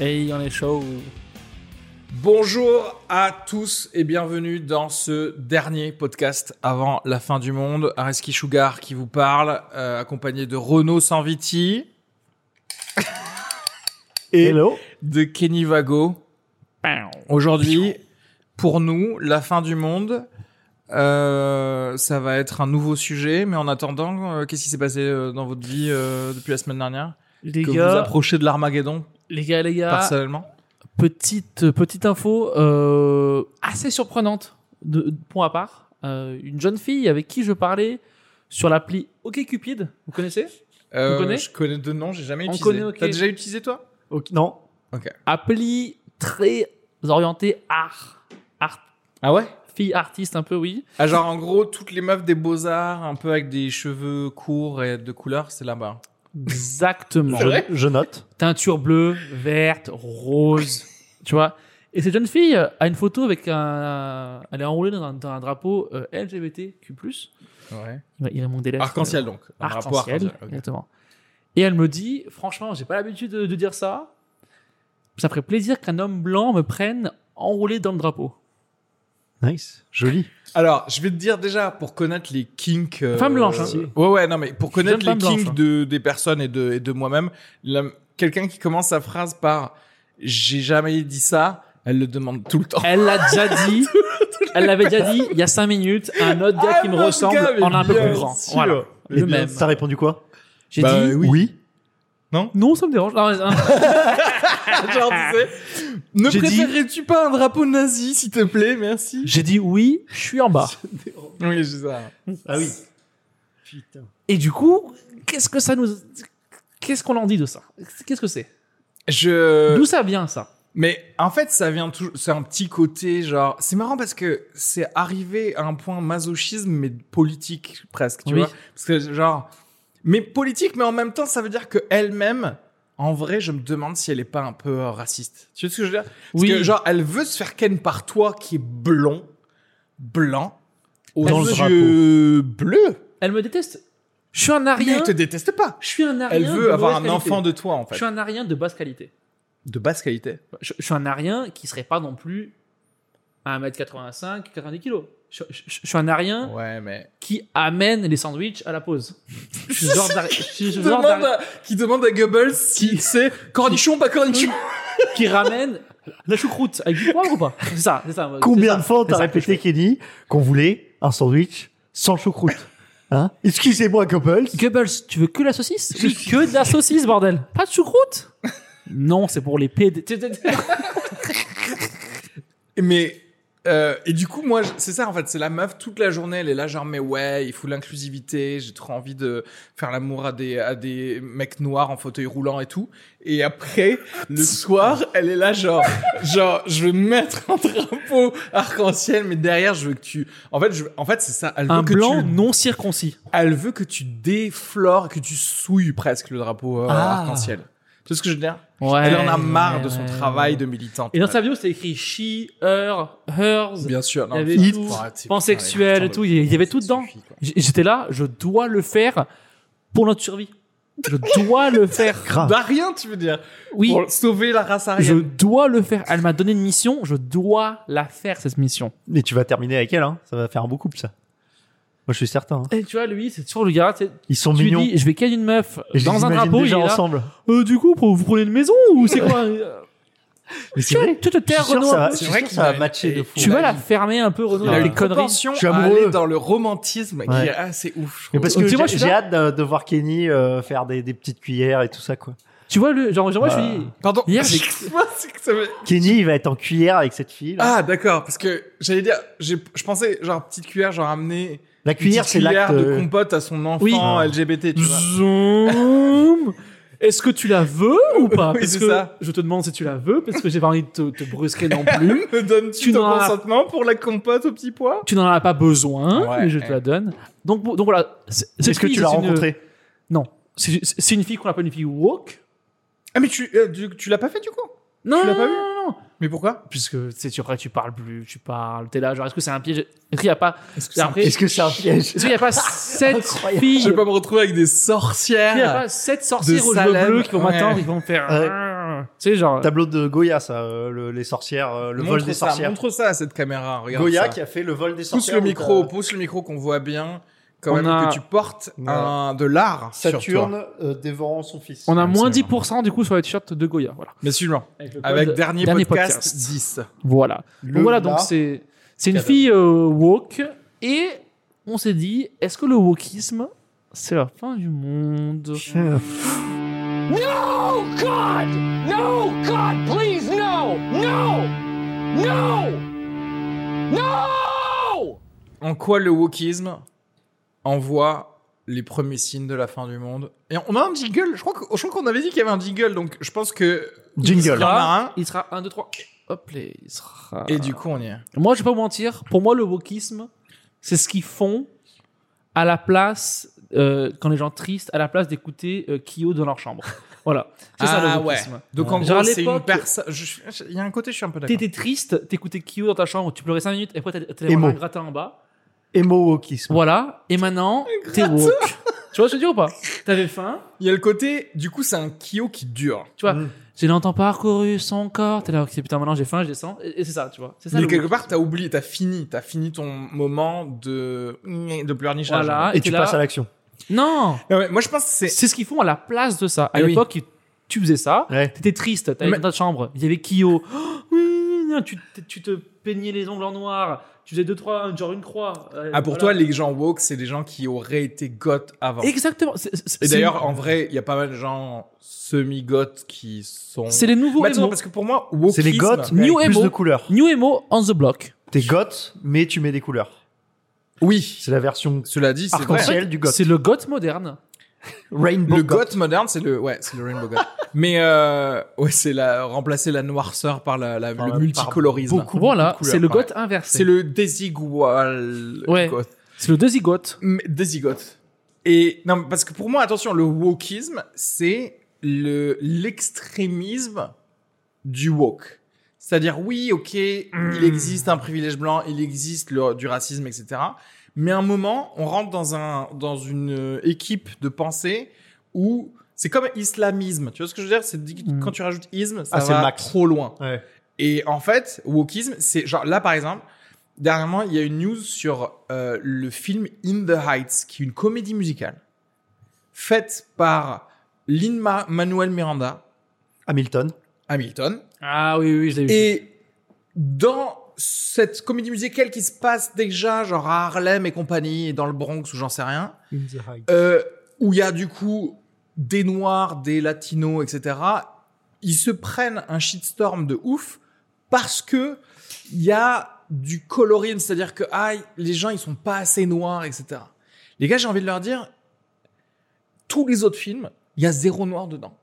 Hey, on est chaud. Bonjour à tous et bienvenue dans ce dernier podcast avant la fin du monde. Areski Sugar qui vous parle, euh, accompagné de Renaud Sanviti et Hello. de Kenny Vago. Hello. Aujourd'hui, pour nous, la fin du monde, euh, ça va être un nouveau sujet. Mais en attendant, euh, qu'est-ce qui s'est passé euh, dans votre vie euh, depuis la semaine dernière Les Que vous gars, Ah, approchez de l'Armageddon, les gars, les gars, personnellement petite, petite info euh, assez surprenante, de, de point à part. Euh, une jeune fille avec qui je parlais sur l'appli OkCupid, vous connaissez Euh, connais Je connais deux noms, j'ai jamais On utilisé. connaît, ok. T'as déjà utilisé toi Non. Ok. Appli très orientée art. art Ah ouais fille artiste un peu, oui. ah, Genre en gros, toutes les meufs des beaux-arts, un peu avec des cheveux courts et de couleur, c'est là-bas. Exactement. C'est vrai Je note. teinture bleue, verte, rose, tu vois. Et cette jeune fille euh, a une photo avec un. Elle est enroulée dans un, dans un drapeau euh, LGBTQ. Ouais. Il va- Il remonte des lettres. Arc-en-ciel donc. euh, Un drapeau Arc-en-ciel. arc-en-ciel, ok. Exactement. Et elle me dit Franchement, j'ai pas l'habitude de, de dire ça. Ça ferait plaisir qu'un homme blanc me prenne enroulé dans le drapeau. Nice. Joli. Alors, je vais te dire déjà pour connaître les kinks. euh, Femme blanche, hein. Si. Ouais, ouais, non, mais pour Je suis connaître les jeune femme blanche, kinks hein. de, des personnes et de, et de moi-même, la- quelqu'un qui commence sa phrase par j'ai jamais dit ça, elle le demande tout le temps. Elle l'a déjà dit. Elle l'avait déjà dit il y a 5 minutes à un autre gars Ah, qui me l'autre ressemble gars, mais en un peu bien plus grand. sûr. Voilà. Et Le bien, même. Ça répondu quoi J'ai Bah, dit oui. Non, ça me dérange. Non, non, non. Genre, tu sais, ne J'ai dit- préférerais-tu pas un drapeau nazi, s'il te plaît, merci. J'ai dit oui, je suis en bas. Oui, c'est ça. Ah oui. Putain. Et du coup, qu'est-ce que ça nous. Qu'est-ce qu'on en dit de ça Qu'est-ce que c'est Je. D'où ça vient ça Mais en fait, ça vient tout. C'est un petit côté, genre. C'est marrant parce que c'est arrivé à un point masochisme, mais politique presque, tu Oui. vois. Parce que, genre. Mais politique, mais en même temps, ça veut dire que elle-même, en vrai, je me demande si elle est pas un peu euh, raciste. Tu vois ce que je veux dire Parce Oui. que, genre, elle veut se faire ken par toi qui est blond, blanc, aux Dans le yeux bleus. Elle me déteste. Je suis un Mais arien. elle te déteste pas. Je suis un arien. Elle de veut avoir un mauvaise qualité. enfant de toi, en Je fait. suis un arien de basse qualité. De basse qualité. Je, je suis un arien qui serait pas non plus à 1m85, 90 kg. Je, je- je suis un arien Ouais, mais. qui amène les sandwichs à la pause. Je suis ce genre d'arien- je suis ce Qui genre demande, d'arien à, qui demande à Goebbels si c'est cornichon, pas cornichon. qui ramène la choucroute avec du poivre ou pas C'est ça, c'est ça. Combien c'est de ça, fois on c'est t'a ça que je répété, Kenny, qu'on voulait un sandwich sans choucroute Hein Excusez-moi, Goebbels. Goebbels, tu veux que la saucisse Oui, que de la saucisse, bordel. Pas de choucroute Non, c'est pour les PD. Mais euh, et du coup, moi, je- c'est ça en fait, c'est la meuf toute la journée, elle est là genre mais ouais, il faut l'inclusivité, j'ai trop envie de faire l'amour à des à des mecs noirs en fauteuil roulant et tout. Et après, le soir, elle est là genre genre je veux mettre un drapeau arc-en-ciel, mais derrière je veux que tu en fait je en fait c'est ça, elle veut Un que blanc tu non circoncis. elle veut que tu déflores, que tu souilles presque le drapeau euh, Ah. arc-en-ciel. Tu vois ce que je veux dire Elle en a marre de son travail de militante. Et dans sa vidéo, c'était écrit she, her, hers. Bien sûr, non, Il y avait putain, tout, faut arrêter, pansexuel putain, et tout, il y avait tout ça dedans. suffit, quoi. J- J'étais là, je dois le faire pour notre survie. Je dois le faire. Grave. Bah rien, tu veux dire. Oui, Pour sauver la race je aryenne. dois le faire. Elle m'a donné une mission, je dois la faire cette mission. Mais tu vas terminer avec elle, hein. Ça va faire un beau couple, ça. Moi, je suis certain. hein. Et tu vois, lui, c'est toujours le gars. Tu sais, Ils sont tu lui mignons. dis, je vais ken une meuf Et je les dans un imagine drapeau. Il déjà est là, ensemble. Euh, du coup, vous prenez une maison ou c'est quoi Euh, Tu Mais c'est vois, vrai. tu te Je tais, suis sûr, ça Renaud. va- je C'est suis vrai sûr que qu'il ça a- va matcher de fou. Tu vas la fermer un peu, Renaud, Il a avec une les conneries. propension Je suis à amoureux. aller dans le romantisme qui Ouais. est assez ah, ouf, je Mais trouve. parce Oh, Tu que sais, moi, j'ai je suis j'ai là. hâte de, de voir Kenny euh, faire des, des petites cuillères et tout ça quoi. Tu vois, le, genre, genre, moi, je Ah. suis dit, Pardon. Hier, j'ai- C'est que ça me- Kenny il va être en cuillère avec cette fille. là. Ah, d'accord, parce que j'allais dire, j'ai- je pensais, genre, petite cuillère, genre, amener la une cuillère petite c'est l'acte. de euh, compote à son enfant Oui. Ah. LGBT, tu vois. Zoom. Est-ce que tu la veux ou pas Oui, Parce c'est que ça. je te demande si tu la veux parce que j'ai pas envie de te, te brusquer non plus. Me donnes-tu Tu ton n'en as- consentement pour la compote au petit pois tu n'en as pas besoin, Ouais, mais je ouais. te la donne. Donc, bon, donc voilà. C'est Est-ce que tu l'as rencontrée Non. C'est c'est une fille qu'on appelle une fille woke. Ah, mais tu, euh, du- tu l'as pas fait, du coup Non, l'as pas non, vue non, non. Mais pourquoi Puisque tu sais, tu, après, tu parles plus, tu parles, t'es là, genre, est-ce que c'est un piège Est-ce qu'il n'y a pas, Est-ce que Et ça- après- Est-ce que c'est un piège est-ce qu'il y a pas sept Incroyable. Je filles vais pas me retrouver avec des sorcières. Il n'y a pas sept sorcières aux yeux Salem, bleus qui vont Ah. ouais. m'attendre, ils vont me faire. Ah. Tu sais, genre. Tableau de Goya ça, euh, le- les sorcières, euh, le montre vol des ça, sorcières. Montre ça à cette caméra, regarde Goya ça. qui a fait le vol des Pousse sorcières. euh, le où micro, t'as pousse le micro qu'on voit bien quand On même a- que tu portes Ouais. un, de l'art sur toi. Saturne euh, dévorant son fils. On a moins Absolument. 10% du coup sur les t-shirts de Goya. Voilà. Mais suivant, Avec, avec dernier, podcast, 10. Voilà. Le Donc voilà, là, donc c'est c'est une cadavre. fille euh, woke et on s'est dit est-ce que le wokisme c'est la fin du monde Euh, No, Oh God! No, God, please, no! No! No! No! En quoi le wokisme envoie les premiers signes de la fin du monde Et on a un jingle, je crois que- je crois qu'on avait dit qu'il y avait un jingle, donc je pense que... Il y Jingle. en a un, Il sera 1 2 3. Hop là, il sera et du coup on y est. Moi, je vais pas vous mentir, pour moi le wokisme c'est ce qu'ils font à la place euh, quand les gens tristes à la place d'écouter euh, Kyo dans leur chambre. Voilà. C'est ça Ah, le wokisme. ouais. Donc en Ouais. Genre, gros, à c'est une l'époque- personne... je- je- Il y a un côté, je suis un peu d'accord. T'étais triste, t'écoutais Kyo dans ta chambre, tu pleurais 5 minutes et après t'allais- t'allais Émo. voir un gratin en bas. Emo wokisme. Voilà, et maintenant, t'es woke. tu vois ce que je veux dire ou pas T'avais faim, Il y a le côté, du coup c'est un kio qui dure. tu vois, Mm. j'ai longtemps parcouru son corps, t'es là, ok, putain, maintenant j'ai faim, je descends, et, et c'est ça, tu vois. C'est ça Mais le quelque woke. part, t'as oublié, t'as fini, t'as fini ton moment de, de pleurnichage. Voilà, Et et tu t'es là. passes à l'action. Non Non, mais moi, je pense que c'est. C'est ce qu'ils font à la place de ça. À Eh oui. l'époque, ils- tu faisais ça, Ouais. t'étais triste, t'avais Mais- dans ta chambre, il y avait Kyo, Oh, mm, tu, te- tu te peignais les ongles en noir, tu faisais deux, trois, genre une croix. euh, Ah, pour toi, voilà. les gens woke, c'est les gens qui auraient été goth avant. Et, Exactement. c'est- c'est- d'ailleurs, c'est- en vrai, il y a pas mal de gens semi-goth qui sont. c'est les nouveaux Mais attends, emo. parce que pour moi, woke. C'est les goths, mais New avec plus emo. de couleurs. New emo on the block. T'es goth, mais tu mets des couleurs. Oui. C'est la version Cela dit, c'est vrai. Arc-en-ciel. Ciel du goth. C'est le goth moderne. rainbow. Le goth moderne, c'est le. Ouais, c'est le rainbow goth. mais euh, ouais, c'est la remplacer la noirceur par la, la- Par- le par multicolorisme. beaucoup. Voilà, couleurs, c'est le ouais. goth inversé. C'est le désigual Ouais. goth. C'est le deuxigote. Mais- Désigote. Et non, mais parce que pour moi, attention, le wokisme, c'est le l'extrémisme du woke. C'est-à-dire, oui, ok, il existe un privilège blanc, il existe le- du racisme, etc. Mais à un moment, on rentre dans un dans une euh, équipe de pensée où c'est comme islamisme. Tu vois ce que je veux dire C'est dit- Mm. quand tu rajoutes isme, ça Ah, c'est va max. trop loin. Ouais. Et en fait, wokisme, c'est genre là par exemple, dernièrement, il y a une news sur euh, le film In the Heights, qui est une comédie musicale faite par Lin Manuel Miranda Hamilton. Hamilton. Ah oui, oui, je l'ai vu. Et dans cette comédie musicale qui se passe déjà genre à Harlem et compagnie, et dans le Bronx ou j'en sais rien, euh, où il y a du coup des noirs, des latinos, etc. Ils se prennent un shitstorm de ouf parce que il y a du colorisme, c'est-à-dire que ah, les gens ils sont pas assez noirs, etc. Les gars, j'ai envie de leur dire, tous les autres films, il y a zéro noir dedans.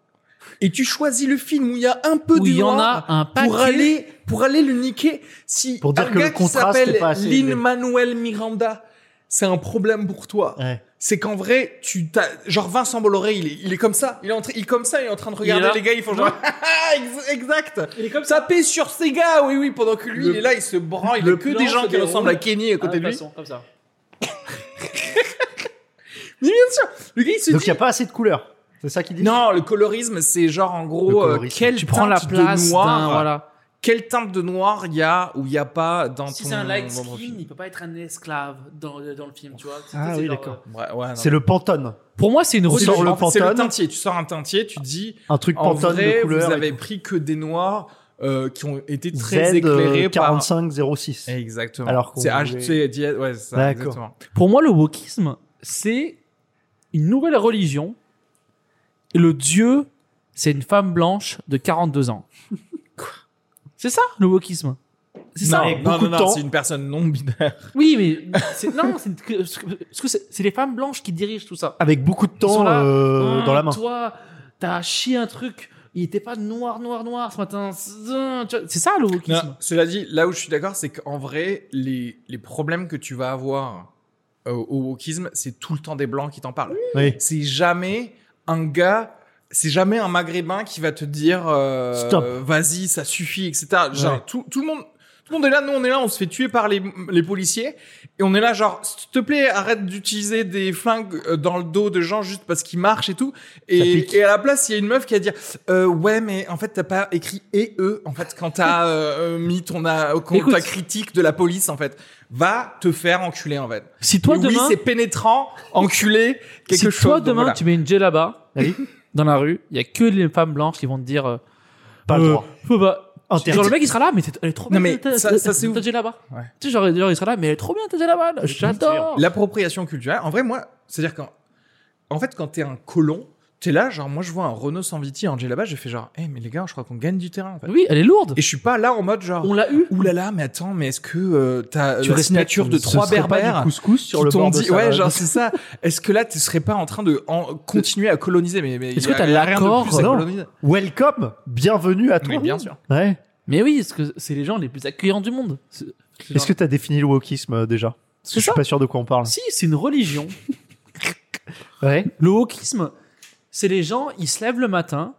Et tu choisis le film où il y a un peu Où du il y en noir a un pour paquet. aller pour aller le niquer si Pour dire un que le gars qui contraste est s'appelle pas assez élevé. Lin Manuel Miranda, c'est un problème pour toi Ouais. c'est qu'en vrai, tu t'as genre Vincent Bolloré, il est, il est comme ça, il est en train, il est comme ça, il est en train de Il est regarder là. les gars, ils font genre Ah, Ex- exact. Il est comme Taper sur ces gars, oui oui, pendant que lui Le- il est là, il se branle, il le a que plan des gens se qui ressemblent déroule. à Kenny à côté de lui. Ah, comme ça. Mais bien sûr, le gars il se Donc il dit n'y a pas assez de couleurs. C'est ça qu'il dit non, le colorisme c'est genre en gros Le euh, colorisme. quelle Tu prends la teinte place de d'un noir, voilà. Quel timbre de noir il y a ou il n'y a pas dans Si ton c'est un light dans ton skin, film il peut pas être un esclave dans, dans le film, tu vois. C'est- Ah c'est oui, genre, euh, d'accord. Ouais, ouais, non. C'est le Pantone. Pour moi, c'est une C'est sort religion. le en fait, c'est le Pantone. tintier. Tu sors un tintier, tu te dis Un truc en Pantone vrai, de couleur. vous et avez tout. pris que des noirs euh, qui ont été très Z, euh, éclairés par 4506. Exactement. Alors qu'on c'est voulait- HC dièse, ouais, c'est ça, D'accord. exactement. Pour moi, le wokisme, c'est une nouvelle religion. Et le dieu, c'est une femme blanche de 42 ans. C'est ça, le wokisme. C'est ça. non, avec non, beaucoup non, non, de temps. c'est une personne non binaire. Oui, mais c'est- non, c'est que- parce que parce que c'est c'est les femmes blanches qui dirigent tout ça. Avec beaucoup de sont temps là. euh, Hein, dans la main. Toi, t'as chié un truc. Il était pas noir, noir, noir ce matin. Zin, tu vois, C'est ça le wokisme. Non, cela dit, là où je suis d'accord, c'est qu'en vrai, les, les problèmes que tu vas avoir euh, au wokisme, c'est tout le temps des blancs qui t'en parlent. Oui. C'est jamais un gars, c'est jamais un maghrébin qui va te dire euh, Stop. vas-y, ça suffit, etc. Genre, Ouais. tout, tout le monde. Tout le monde est là, nous on est là, on se fait tuer par les, les policiers et on est là genre s'il te plaît arrête d'utiliser des flingues euh, dans le dos de gens juste parce qu'ils marchent et tout pique. et, et à la place il y a une meuf qui va dire euh, ouais mais en fait t'as pas écrit et eux en fait quand t'as euh, mis ton a- quand Écoute. ta critique de la police en fait va te faire enculer en fait Si toi Et oui demain, c'est pénétrant enculé quelque si chose toi donc demain voilà. tu mets une J là-bas, Oui. dans la rue, il y a que les femmes blanches qui vont te dire. euh, Pas le euh, droit. faut pas- Interdit. Genre le mec il sera là, mais t'es- elle est trop bien. Non, mais ta- ta- ça- ta- ça, c'est ta- ouf. ta J là-bas. Ouais. Tu sais, genre, genre, il sera là, mais elle est trop bien ta J là-bas. là. J'adore. L'appropriation culturelle, en vrai, moi, c'est-à-dire qu'en en fait, quand t'es un colon, t'es là, genre, moi, je vois un Renault Sanviti, un là-bas, je fais genre, hé, mais les gars, je crois qu'on gagne du terrain, en fait. Oui, elle est lourde. Et je suis pas là en mode genre, On l'a eu. ouh là là, mais attends, mais est-ce que euh, t'as Tu la respectes, signature de ce trois serait pas du berbères couscous sur qui le t'ont bord de euh, dit- sa- ouais, genre, c'est ça. Est-ce que là, tu serais pas en train de en- continuer à coloniser Mais, mais Est-ce y a- que t'as y a rien de l'accord plus à Non. coloniser. Welcome, bienvenue à toi. Mais bien sûr. Ouais. Mais oui, parce que c'est les gens les plus accueillants du monde. C'est- c'est Est-ce genre- que t'as défini le wokisme euh, déjà Parce que C'est je suis ça. pas sûr de quoi on parle. Si, c'est une religion. Ouais. Le wokisme, c'est les gens, ils se lèvent le matin,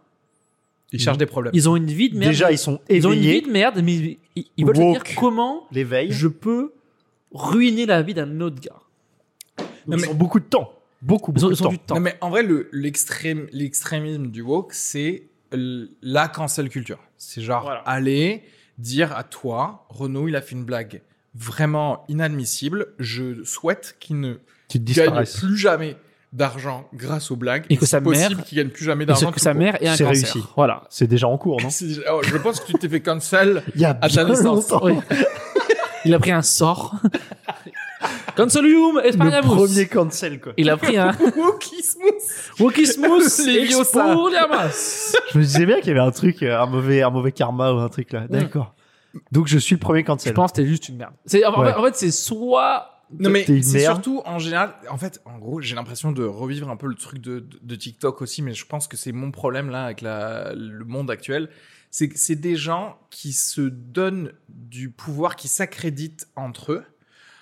Ils cherchent des problèmes. ils ont une vie de merde. Déjà, ils sont ils ont une vie éveillés. de merde, mais ils, ils- ils veulent se Woke. dire comment L'éveil. je peux ruiner la vie d'un autre gars. Non, mais- Ils ont beaucoup de temps. Beaucoup, Ils ont, beaucoup de ils ont temps. du temps. Non, mais en vrai, le- l'extrême, l'extrémisme du woke, c'est l- la cancel culture. C'est genre Voilà. aller dire à toi, Renaud, il a fait une blague vraiment inadmissible. Je souhaite qu'il ne Tu te gagne disparaissent. plus jamais d'argent grâce aux blagues. Et que c'est sa mère- possible qu'il gagne plus jamais Parce d'argent. que tout sa court. mère est un C'est cancer. réussi. Voilà. C'est déjà en cours, non Ah, C'est- oh, je pense que tu t'es fait cancel. Il y a ta bien naissance. longtemps. Oui. Il a pris un sort. Consolium Le Espariamus. premier cancel, quoi. Il a pris un Wokismus. Wokismus Leviosa. Expo Liamas. Je me disais bien qu'il y avait un truc, euh, un mauvais, un mauvais karma ou un truc là. D'accord. Donc je suis le premier Je cancel. pense que t'es juste une merde. C'est- En, en Ouais. fait- en fait, c'est soit. Non mais T'es une c'est merde. surtout en général, en fait, en gros, j'ai l'impression de revivre un peu le truc de, de, de TikTok aussi, mais je pense que c'est mon problème là avec la, le monde actuel, c'est que c'est des gens qui se donnent du pouvoir, qui s'accréditent entre eux,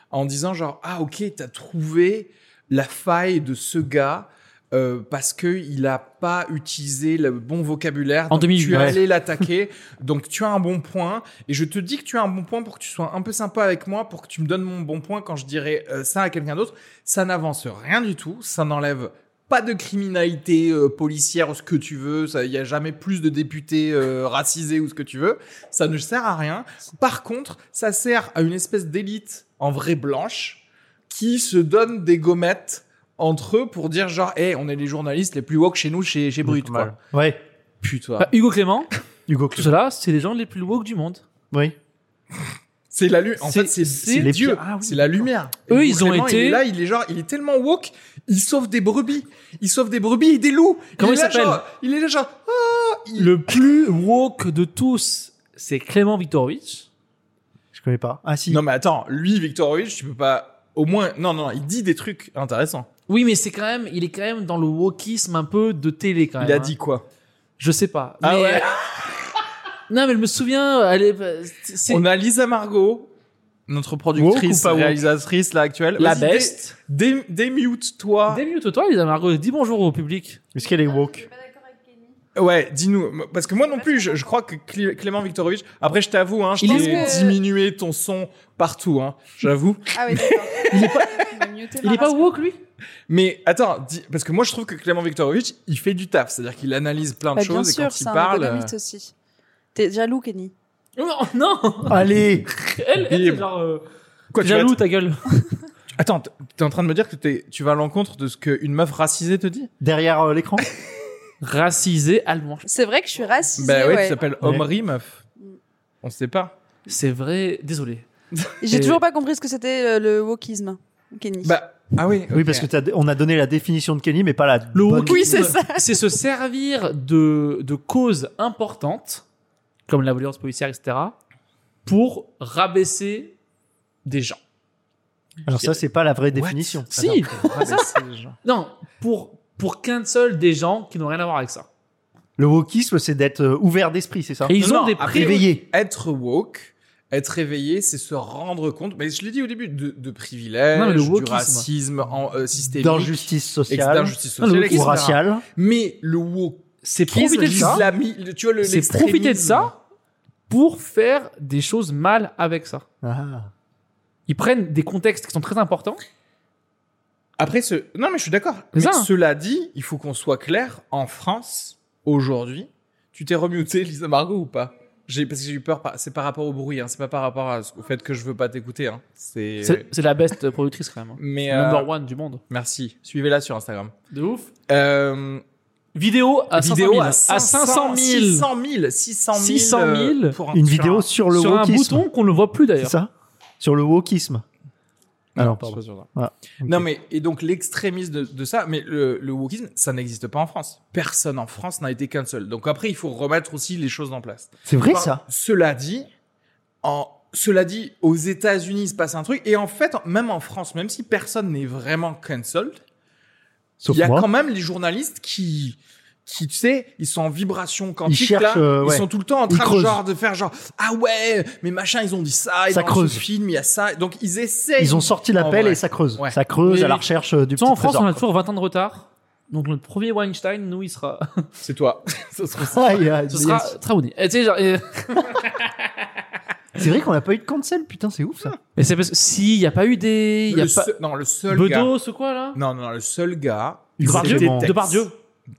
en disant genre ah ok t'as trouvé la faille de ce gars. euh, parce que il a pas utilisé le bon vocabulaire. En donc 2008, tu es ouais. allé l'attaquer, donc tu as un bon point. Et je te dis que tu as un bon point pour que tu sois un peu sympa avec moi, pour que tu me donnes mon bon point quand je dirai euh, ça à quelqu'un d'autre. Ça n'avance rien du tout. Ça n'enlève pas de criminalité euh, policière ou ce que tu veux. Ça- Il y a jamais plus de députés euh, racisés ou ce que tu veux. Ça ne sert à rien. Par contre, ça sert à une espèce d'élite en vrai blanche qui se donne des gommettes entre eux pour dire genre, hé, on est les journalistes les plus woke chez nous, chez, chez Brut, quoi. Ouais. Putain. Bah, Hugo Clément, Hugo tout Claus. cela, c'est les gens les plus woke du monde. Oui. C'est la lumière. En C'est- fait, c'est c'est c'est les Dieu. pires. Ah oui, c'est la lumière. Eux, Et ils ont Clément, été- Il est là, il est genre, il est tellement woke, il sauve des brebis. Il sauve des brebis et des loups. Comment est il là, s'appelle genre- Il est là, genre, ah, il- Le plus woke de tous, c'est Clément Viktorovitch. Je connais pas. Ah si. Non, mais attends, lui, Victor Hugo, tu peux pas. Au moins, non, non, il dit des trucs intéressants. Oui, mais c'est quand même, il est quand même dans le wokisme un peu de télé quand même. il a hein. dit quoi Je sais pas. Ah mais- ouais Non, mais je me souviens, elle est- c'est On a Lisa Margot, notre productrice, Woke ou pas woke réalisatrice là actuelle. la Vas-y, dé- best. dé- Ah. Démute-toi. Démute-toi, Lisa Margot. euh, Dis bonjour au public. Est-ce qu'elle est Non, Je suis woke pas d'accord avec Kenny. Ouais, dis-nous. Parce que moi non plus, je, je crois que Clé- Clément Viktorovitch. Après, je t'avoue, hein, je Il est euh, t'ai woke. diminué ton son partout, hein, j'avoue. Ah oui, d'accord. il est pas, Ah, Il est pas woke lui Mais attends, dis- parce que moi je trouve que Clément Viktorovitch, il fait du taf, c'est-à-dire qu'il analyse plein de Bah, bien choses et sûr, quand il euh. c'est un parle, économiste aussi. T'es jaloux, Kenny. Non, non Allez Elle, elle Bim. c'est genre. euh, Quoi, tu vas jaloux être- ta gueule. Attends, t- t'es en train de me dire que t'es- tu vas à l'encontre de ce qu'une meuf racisée te dit Derrière euh, l'écran Racisé allemand. C'est vrai que je suis racisée. Bah ouais, ouais. tu t'appelles Ouais. Omri, meuf. On sait pas. C'est vrai. Désolé. J'ai Et- toujours pas compris ce que c'était euh, le wokisme, Kenny. Bah, ah oui. Oui, parce que t'as- on a donné la définition de Kenny, mais pas la Le bonne. wokisme, Oui, c'est ça. C'est se servir de, de causes importantes, comme la violence policière, etc., pour rabaisser des gens. Alors ça, c'est pas la vraie définition. Si, ça. non, pour, pour cancel des gens qui n'ont rien à voir avec ça. Le wokisme, c'est d'être euh, ouvert d'esprit, c'est ça Et ils Non, ont des après, pré- Réveillé. Être woke, être éveillé, c'est se rendre compte, mais je l'ai dit au début, de, de privilèges, Non, mais le du wokisme. racisme en, euh, systémique, D'injustice etc., sociale Ah, d'injustice Non, le sociale, ou etc. raciale. Mais le woke, C'est profiter de ça. l'islami- tu vois, le- C'est profiter de l'extrémisme. ça pour faire des choses mal avec ça. Ah. Ils prennent des contextes qui sont très importants. Après, ce... non, mais je suis d'accord. C'est Mais ça. hein. cela dit, il faut qu'on soit clair. En France, aujourd'hui, tu t'es remuté, Lisa Margot, ou pas J'ai parce que j'ai eu peur. par- C'est par rapport au bruit. Hein. C'est pas par rapport à ce- au fait que je veux pas t'écouter. Hein. C'est. C'est c'est la best productrice quand même. hein. Mais euh, Number one du monde. merci. Suivez-la sur Instagram. De ouf. Euh, Vidéo à 500 vidéo 000. à 500 000, 600 600 000, 600 000, 600 000, euh, pour un- Une sur vidéo un- sur le sur un wokisme. bouton qu'on ne voit plus c'est d'ailleurs. ça Sur le wokisme. Ah non, pardon. c'est pas sur ça. Ah, Non, mais et donc l'extrémisme de, de ça, mais le, le wokisme, ça n'existe pas en France. Personne en France n'a été qu'un seul. Donc après, il faut remettre aussi les choses en place. C'est vrai Par- ça Cela dit, en, cela dit, aux États-Unis, il se passe un truc. Et en fait, en- même en France, même si personne n'est vraiment cancelled, il Sauf y a moi. quand même les journalistes qui, qui, tu sais, ils sont en vibration quantique cherchent, là. euh, ouais. Ils sont tout le temps en Ils train de, creusent. genre, de faire genre, ah ouais, mais machin, ils ont dit ça, et Ça dans creuse. ce film, il y a ça. Donc ils essayent. Ils ont sorti En l'appel vrai. et ça creuse. Ouais. Ça creuse Mais- à la recherche euh, du Tu sais, petit en France, trésor. on a toujours 20 ans de retard. Donc notre premier Weinstein, nous, il sera, C'est toi. Ça se trouve, Aïe, aïe, ce sera yes. Traoré. Eh, tu sais, genre, eh, C'est vrai qu'on n'a pas eu de cancel, putain, c'est ouf ça. Mais c'est parce que si, il n'y a pas eu des. Y a le pas... seul- non, le seul gars. Bedos ou quoi là Non, non, non, le seul gars. Depardieu c'était Exactement. Tex. Depardieu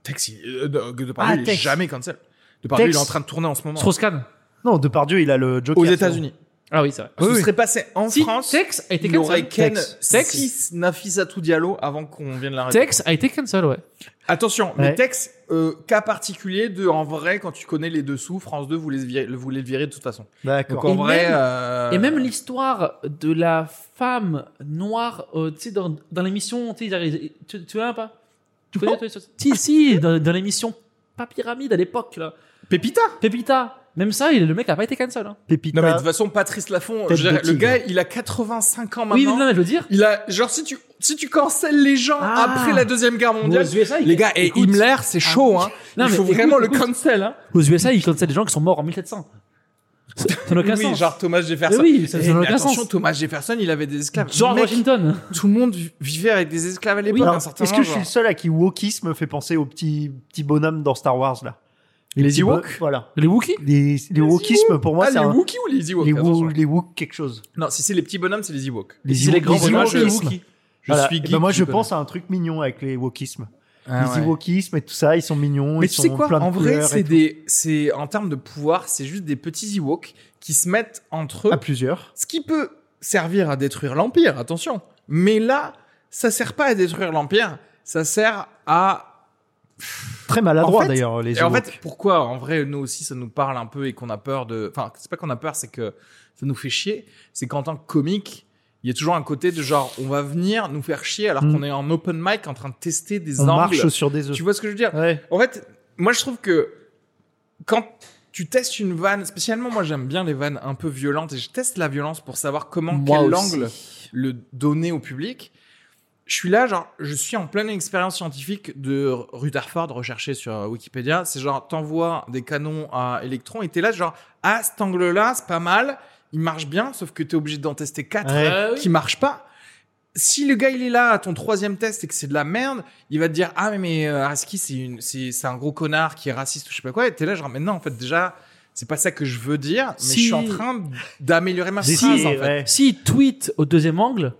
Tex, il- euh, de, de Ah, Depardieu, il est Tex. jamais cancel. Depardieu, Tex. il est en train de tourner en ce moment. Strauss-Kahn Non, Depardieu, il a le Joker. Aux sinon. États-Unis. Ah oui, c'est vrai. Ce Oui, oui. serait passé en Si, France. Tex a été il aurait Ken cancel. Tex. Tex. Tex Nafissatou Diallo avant qu'on vienne l'arrêter. Tex a été cancel, ouais. Attention, mais Ouais. Tex, euh, cas particulier de en vrai, quand tu connais les dessous, France 2 voulait, se virer- le- voulait le virer de toute façon. Donc D'accord. en Et vrai. même- euh, Et même l'histoire de la femme noire, euh, tu sais, dans, dans l'émission, tu sais, ils arrivent- tu, tu vois pas Tu connais toi, sur- Si, si, dans, dans l'émission Pas Pyramide à l'époque, là. Pépita Pépita, même ça, il- le mec a pas été cancel. hein. Pépita. Non, mais de toute façon, Patrice Laffont, Tête je dirais, de le tigre. gars, il a 85 ans maintenant. Oui, mais non, mais je veux dire. Il a, genre, si tu, si tu cancelles les gens Ah. après la Deuxième Guerre mondiale, Aux USA, ils- les gars, eh, et écoute. Himmler, c'est chaud, hein. Non, Il mais faut écoute, vraiment écoute. le cancel, hein. Aux USA, ils cancel des gens qui sont morts en 1700. Ça ça n'a aucun oui, sens. genre Thomas Mais Jefferson. oui, ça Eh, ça n'a mais aucun attention, sens. Thomas Jefferson, il avait des esclaves. Genre Mec, Washington. tout le monde vivait avec des esclaves à l'époque, Alors, un certain hein. Est-ce que je moment, suis le genre. seul à qui wokisme fait penser aux petits, petits bonhommes dans Star Wars là Les petits bo- Ewoks Voilà. Les Wookiees Les, les wokismes, pour moi, Ah, c'est les un. Wookiees ou les Ewoks les, Attention. wo- les Wook quelque chose. Non, si c'est les petits bonhommes, c'est les Ewoks. C'est les Ewoks- grands bonhommes, Ewoks, je les suis- Wookiees. Je Voilà. suis Eh ben, geek moi, du je bonhomme. pense à un truc mignon avec les wokismes. Ah, les ouais. Ewokismes et tout ça, ils sont mignons. Mais ils tu sont sais quoi plein de En vrai, couleurs et c'est tout. des, c'est en termes de pouvoir, c'est juste des petits Ewoks qui se mettent entre eux. à plusieurs. Ce qui peut servir à détruire l'Empire, attention. Mais là, ça sert pas à détruire l'Empire, ça sert à... Très maladroit En fait- d'ailleurs les Et en Ewoks. fait, pourquoi En vrai, nous aussi, ça nous parle un peu et qu'on a peur de... Enfin, c'est pas qu'on a peur, c'est que ça nous fait chier. C'est qu'en tant que comique, il y a toujours un côté de genre, on va venir nous faire chier alors Mm. qu'on est en open mic en train de tester des on angles. marche sur des œufs. Tu vois ce que je veux dire Ouais. En fait, moi je trouve que quand tu testes une vanne, spécialement moi j'aime bien les vannes un peu violentes et je teste la violence pour savoir comment, Moi quel aussi. angle le donner au public. Je suis là, genre, je suis en pleine expérience scientifique de Rutherford recherchée sur euh, Wikipédia. C'est genre, t'envoies des canons à électrons et t'es là, genre, ah, cet angle-là, c'est pas mal, il marche bien, sauf que t'es obligé d'en tester quatre euh, Ouais. Ah oui. qui marche pas. Si le gars il est là à ton troisième test et que c'est de la merde, il va te dire ah mais mais euh, Araski c'est une c'est c'est un gros connard qui est raciste ou je sais pas quoi. Et t'es là genre mais non en fait déjà c'est pas ça que je veux dire. Mais Si. je suis en train d'améliorer ma Des- phrase en ouais. fait. S'il tweet au deuxième angle,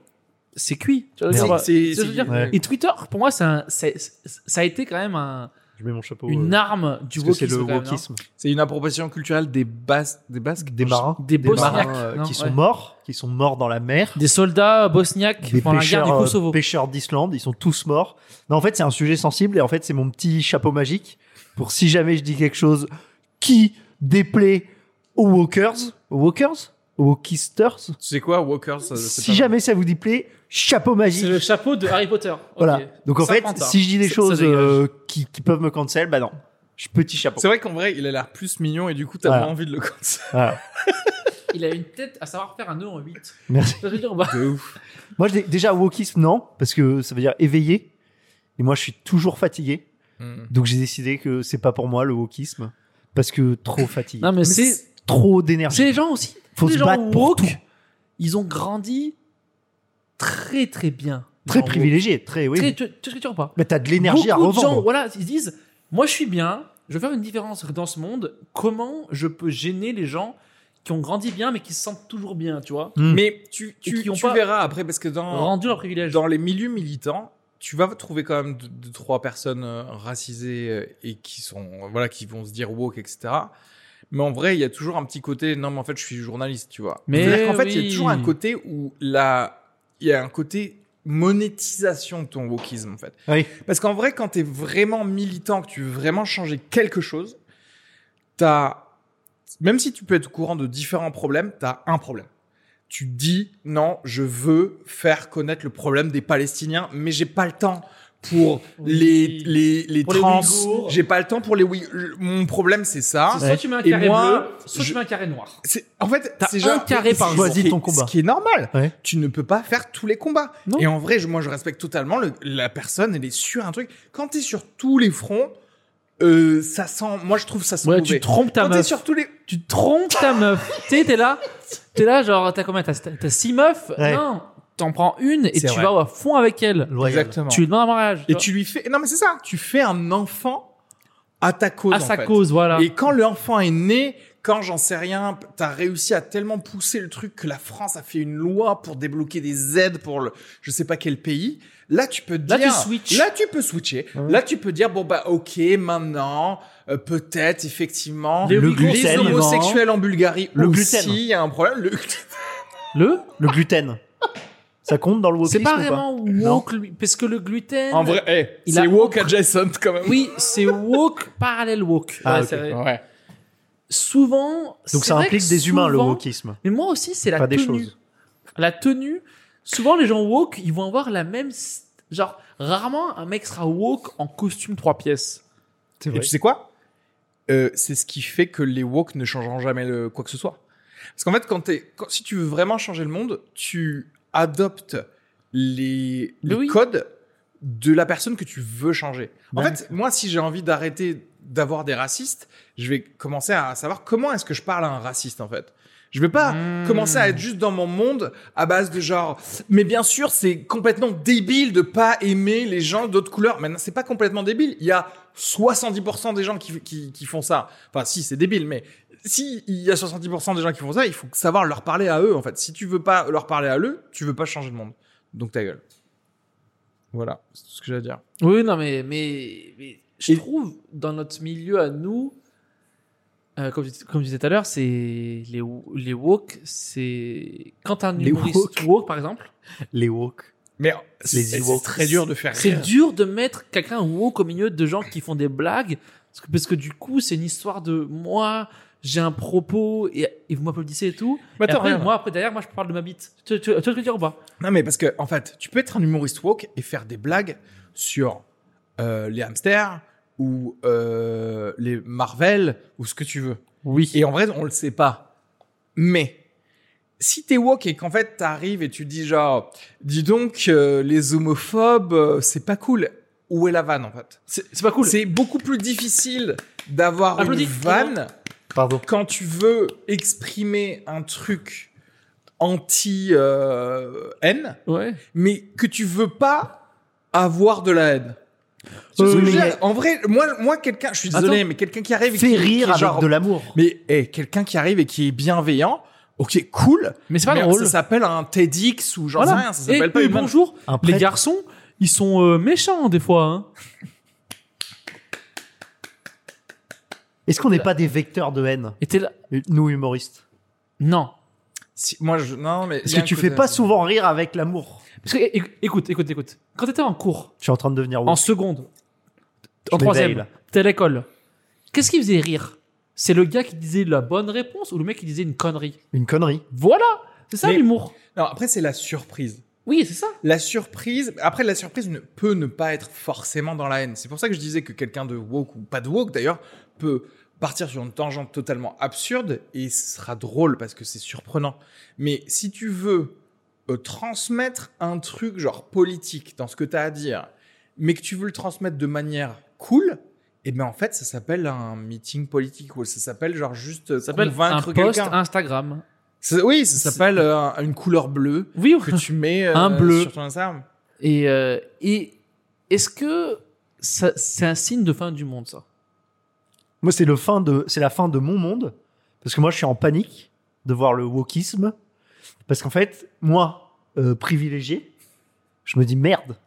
c'est cuit. Tu vois ce que je veux C'est- c'est- dire C'est ce que je veux dire Ouais. Et Twitter, pour moi, c'est un- c'est- c'est- ça a été quand même un, Je mets mon chapeau. une euh, arme du parce que c'est wokisme. le quand même, wokisme. C'est une appropriation culturelle des, Bas- des Basques Des marins. hein. Des Bosniaques, marins, euh, non, qui ouais. sont morts, qui sont morts dans la mer. hein. Des soldats bosniaques des pendant la guerre pêcheurs, du euh, Kosovo. pêcheurs d'Islande, ils sont tous morts. Non, en fait, c'est un sujet sensible et en fait, c'est mon petit chapeau magique pour si jamais je dis quelque chose qui déplaît aux walkers, aux walkers, aux walkisters. Tu sais quoi, Walkers ça- c'est Si pas mal. jamais ça vous déplaît, chapeau magique. C'est le chapeau de Harry Potter. Ok. Voilà. Donc en Ça fait, prend tard. si je dis des Ça- choses ça dégage. euh, qui, qui peuvent me cancel, bah non, je petit chapeau. C'est vrai qu'en vrai, il a l'air plus mignon et du coup, t'as Voilà. pas envie de le cancer. Voilà. Il a une tête à savoir faire un nœud en 8. Merci. Ça veut dire, on va- De ouf. Moi, je- déjà wokisme, non, parce que ça veut dire éveillé. Et moi, je suis toujours fatigué. Mm. Donc j'ai décidé que c'est pas pour moi le wokisme parce que trop fatigué. Non, mais, c'est, c'est trop c'est d'énergie. les gens aussi. Faut les se gens battre pour woke, tout. Ils ont grandi très très bien. Les Très gens privilégié, très woke. oui. Très, tu, tu sais que tu vois pas. Mais t'as de l'énergie à Beaucoup de gens, revendre. voilà, ils disent Moi, je suis bien, je veux faire une différence dans ce monde. Comment je peux gêner les gens qui ont grandi bien mais qui se sentent toujours bien, tu vois Mm. Mais tu, tu, qui ont tu pas verras après, parce que dans, Rendu leur privilège. dans les milieux militants, tu vas trouver quand même deux, deux, trois personnes euh, racisées euh, et qui sont euh, voilà qui vont se dire woke, etc. Mais en vrai, il y a toujours un petit côté. Non, mais en fait, je suis journaliste, tu vois. Mais C'est-à-dire qu'en fait, il y oui. a toujours un côté où la, il y a un côté monétisation de ton wokisme en fait. Oui. Parce qu'en vrai, quand t'es vraiment militant, que tu veux vraiment changer quelque chose, t'as, même si tu peux être au courant de différents problèmes, t'as un problème. Tu dis non, je veux faire connaître le problème des Palestiniens, mais j'ai pas le temps pour Oui. les les les Pour les trans. Ouïghours. j'ai pas le temps pour les oui. Mon problème c'est ça. C'est Soit tu mets un Et carré moi, bleu, soit je- tu mets un carré noir. C'est- En fait, T'as c'est un genre carré par jour. Choisis Choisis ton ton combat. combat. Ce qui est normal. Ouais. Tu ne peux pas faire tous les combats. Non. Et en vrai, je- moi, je respecte totalement le- la personne. Elle est sur un truc. Quand t'es sur tous les fronts, euh, ça sent. Moi, je trouve ça sent Ouais, mauvais. tu trompes ta Quand t'es meuf. sur tous les. Tu trompes ta meuf. tu sais, t'es là, t'es là, genre, t'as combien T'as t'as six meufs Ouais. Non, t'en prends une et C'est tu vrai. vas à fond avec elle. Loyal. Tu lui demandes un mariage. Et vois. tu lui fais. Non, mais c'est ça. Tu fais un enfant à ta cause. à en sa fait. cause, voilà. Et quand l'enfant est né, quand j'en sais rien, t'as réussi à tellement pousser le truc que la France a fait une loi pour débloquer des aides pour le, je sais pas quel pays. Là, tu peux Là, dire. tu switches. Là, tu peux switcher. Là, tu peux dire, bon, bah, ok, maintenant, euh, peut-être, effectivement. Les Le Ouïghours, les gluten, homosexuels en Bulgarie Le aussi, gluten. il y a un problème. Le- Le Le gluten. Ça compte dans le wokisme C'est pas ou vraiment Non. woke, lui, parce que le gluten. En vrai, eh, Il c'est a- woke adjacent quand même. Oui, c'est woke parallèle woke. Ah, Ouais, ok. c'est vrai. Ouais. Souvent. Donc c'est ça vrai implique que des humains le souvent- wokisme, Mais moi aussi, c'est la pas des tenue. choses. La tenue. Souvent, les gens woke, ils vont avoir la même. st- Genre, rarement un mec sera woke en costume trois pièces. C'est Et tu sais quoi Euh, C'est ce qui fait que les woke ne changeront jamais le- quoi que ce soit. Parce qu'en fait, quand t'es- quand- si tu veux vraiment changer le monde, tu adoptes les, Mais les oui. codes de la personne que tu veux changer. En D'accord. fait, moi, si j'ai envie d'arrêter d'avoir des racistes, je vais commencer à savoir comment est-ce que je parle à un raciste, en fait. Je vais pas Mmh. commencer à être juste dans mon monde à base de genre. Mais bien sûr, c'est complètement débile de pas aimer les gens d'autres couleurs. Maintenant, c'est pas complètement débile. Il y a 70% des gens qui, qui, qui font ça. Enfin, si, c'est débile, mais si il y a 70% des gens qui font ça, il faut savoir leur parler à eux, en fait. Si tu veux pas leur parler à eux, tu veux pas changer le monde. Donc ta gueule. Voilà, c'est tout ce que j'ai à dire. Oui, non, mais, mais, mais je Et- trouve dans notre milieu à nous, euh, comme, je dis- comme je disais tout à l'heure, c'est les, wo- les woke, c'est quand un Les humoriste woke. woke. par exemple, Les wok. Mais Les c'est Ewoks. c'est très dur de faire c'est rire. dur de mettre quelqu'un woke au milieu de gens qui font des blagues parce que, parce que du coup, c'est une histoire de moi, j'ai un propos et, et vous m'applaudissez et tout. Mais Et attends, après, regarde. moi, après derrière, moi, je parle de ma bite. Tu tu- tu vois ce que je veux dire ou pas Non, mais parce que, en fait, tu peux être un humoriste woke et faire des blagues sur euh, les hamsters ou euh, les Marvel ou ce que tu veux. Oui. Et en vrai, on le sait pas. Mais si t'es woke et qu'en fait t'arrives et tu dis genre, dis donc euh, les homophobes, euh, c'est pas cool. Où est la vanne en fait C'est c'est pas cool. C'est beaucoup plus difficile d'avoir une Applaudis. vanne Pardon. quand tu veux exprimer un truc anti euh, haine, Ouais. mais que tu veux pas avoir de la haine. Euh, Ce que je veux mais- dire, En vrai, moi, moi quelqu'un, je suis désolé, mais quelqu'un qui arrive et qui, Fais qui est rire avec genre, de l'amour. mais hey, quelqu'un qui arrive et qui est bienveillant, ok, cool. Mais c'est pas mais drôle. Ça s'appelle un TEDx ou j'en sais rien. Ça Et s'appelle pas puis, une bonne bonjour, Un les prêtre. garçons, ils sont euh, méchants des fois. Hein. Est-ce qu'on n'est pas des vecteurs de haine, Et t'es là. nous humoristes Non. Si- moi, je. Non, mais. il Parce y a que un tu côté- fais pas souvent rire avec l'amour. Parce que, éc- écoute, écoute, écoute. Quand t'étais en cours, Je suis en train de devenir en woke. seconde, Je en troisième, m'éveille, là. t'es à l'école. Qu'est-ce qui faisait rire C'est le gars qui disait la bonne réponse ou le mec qui disait une connerie Une connerie. Voilà C'est ça Mais- l'humour Non, après, c'est la surprise. Oui, c'est ça. La surprise. Après, la surprise ne peut ne pas être forcément dans la haine. C'est pour ça que je disais que quelqu'un de woke ou pas de woke, d'ailleurs, peut partir sur une tangente totalement absurde et ce sera drôle parce que c'est surprenant. Mais si tu veux euh, transmettre un truc genre politique dans ce que tu as à dire, mais que tu veux le transmettre de manière cool, eh ben en fait, ça s'appelle un meeting politique ou ça s'appelle genre juste euh, Ça s'appelle un convaincre post quelqu'un. Instagram. Ça- Oui, c'est- ça s'appelle euh, une couleur bleue Oui, que tu mets euh, Un bleu. sur ton Instagram. Et, euh, et est-ce que ça- c'est un signe de fin du monde, ça Moi, c'est le fin de, c'est la fin de mon monde parce que moi, je suis en panique de voir le wokisme parce qu'en fait, moi, euh, privilégié, je me dis merde.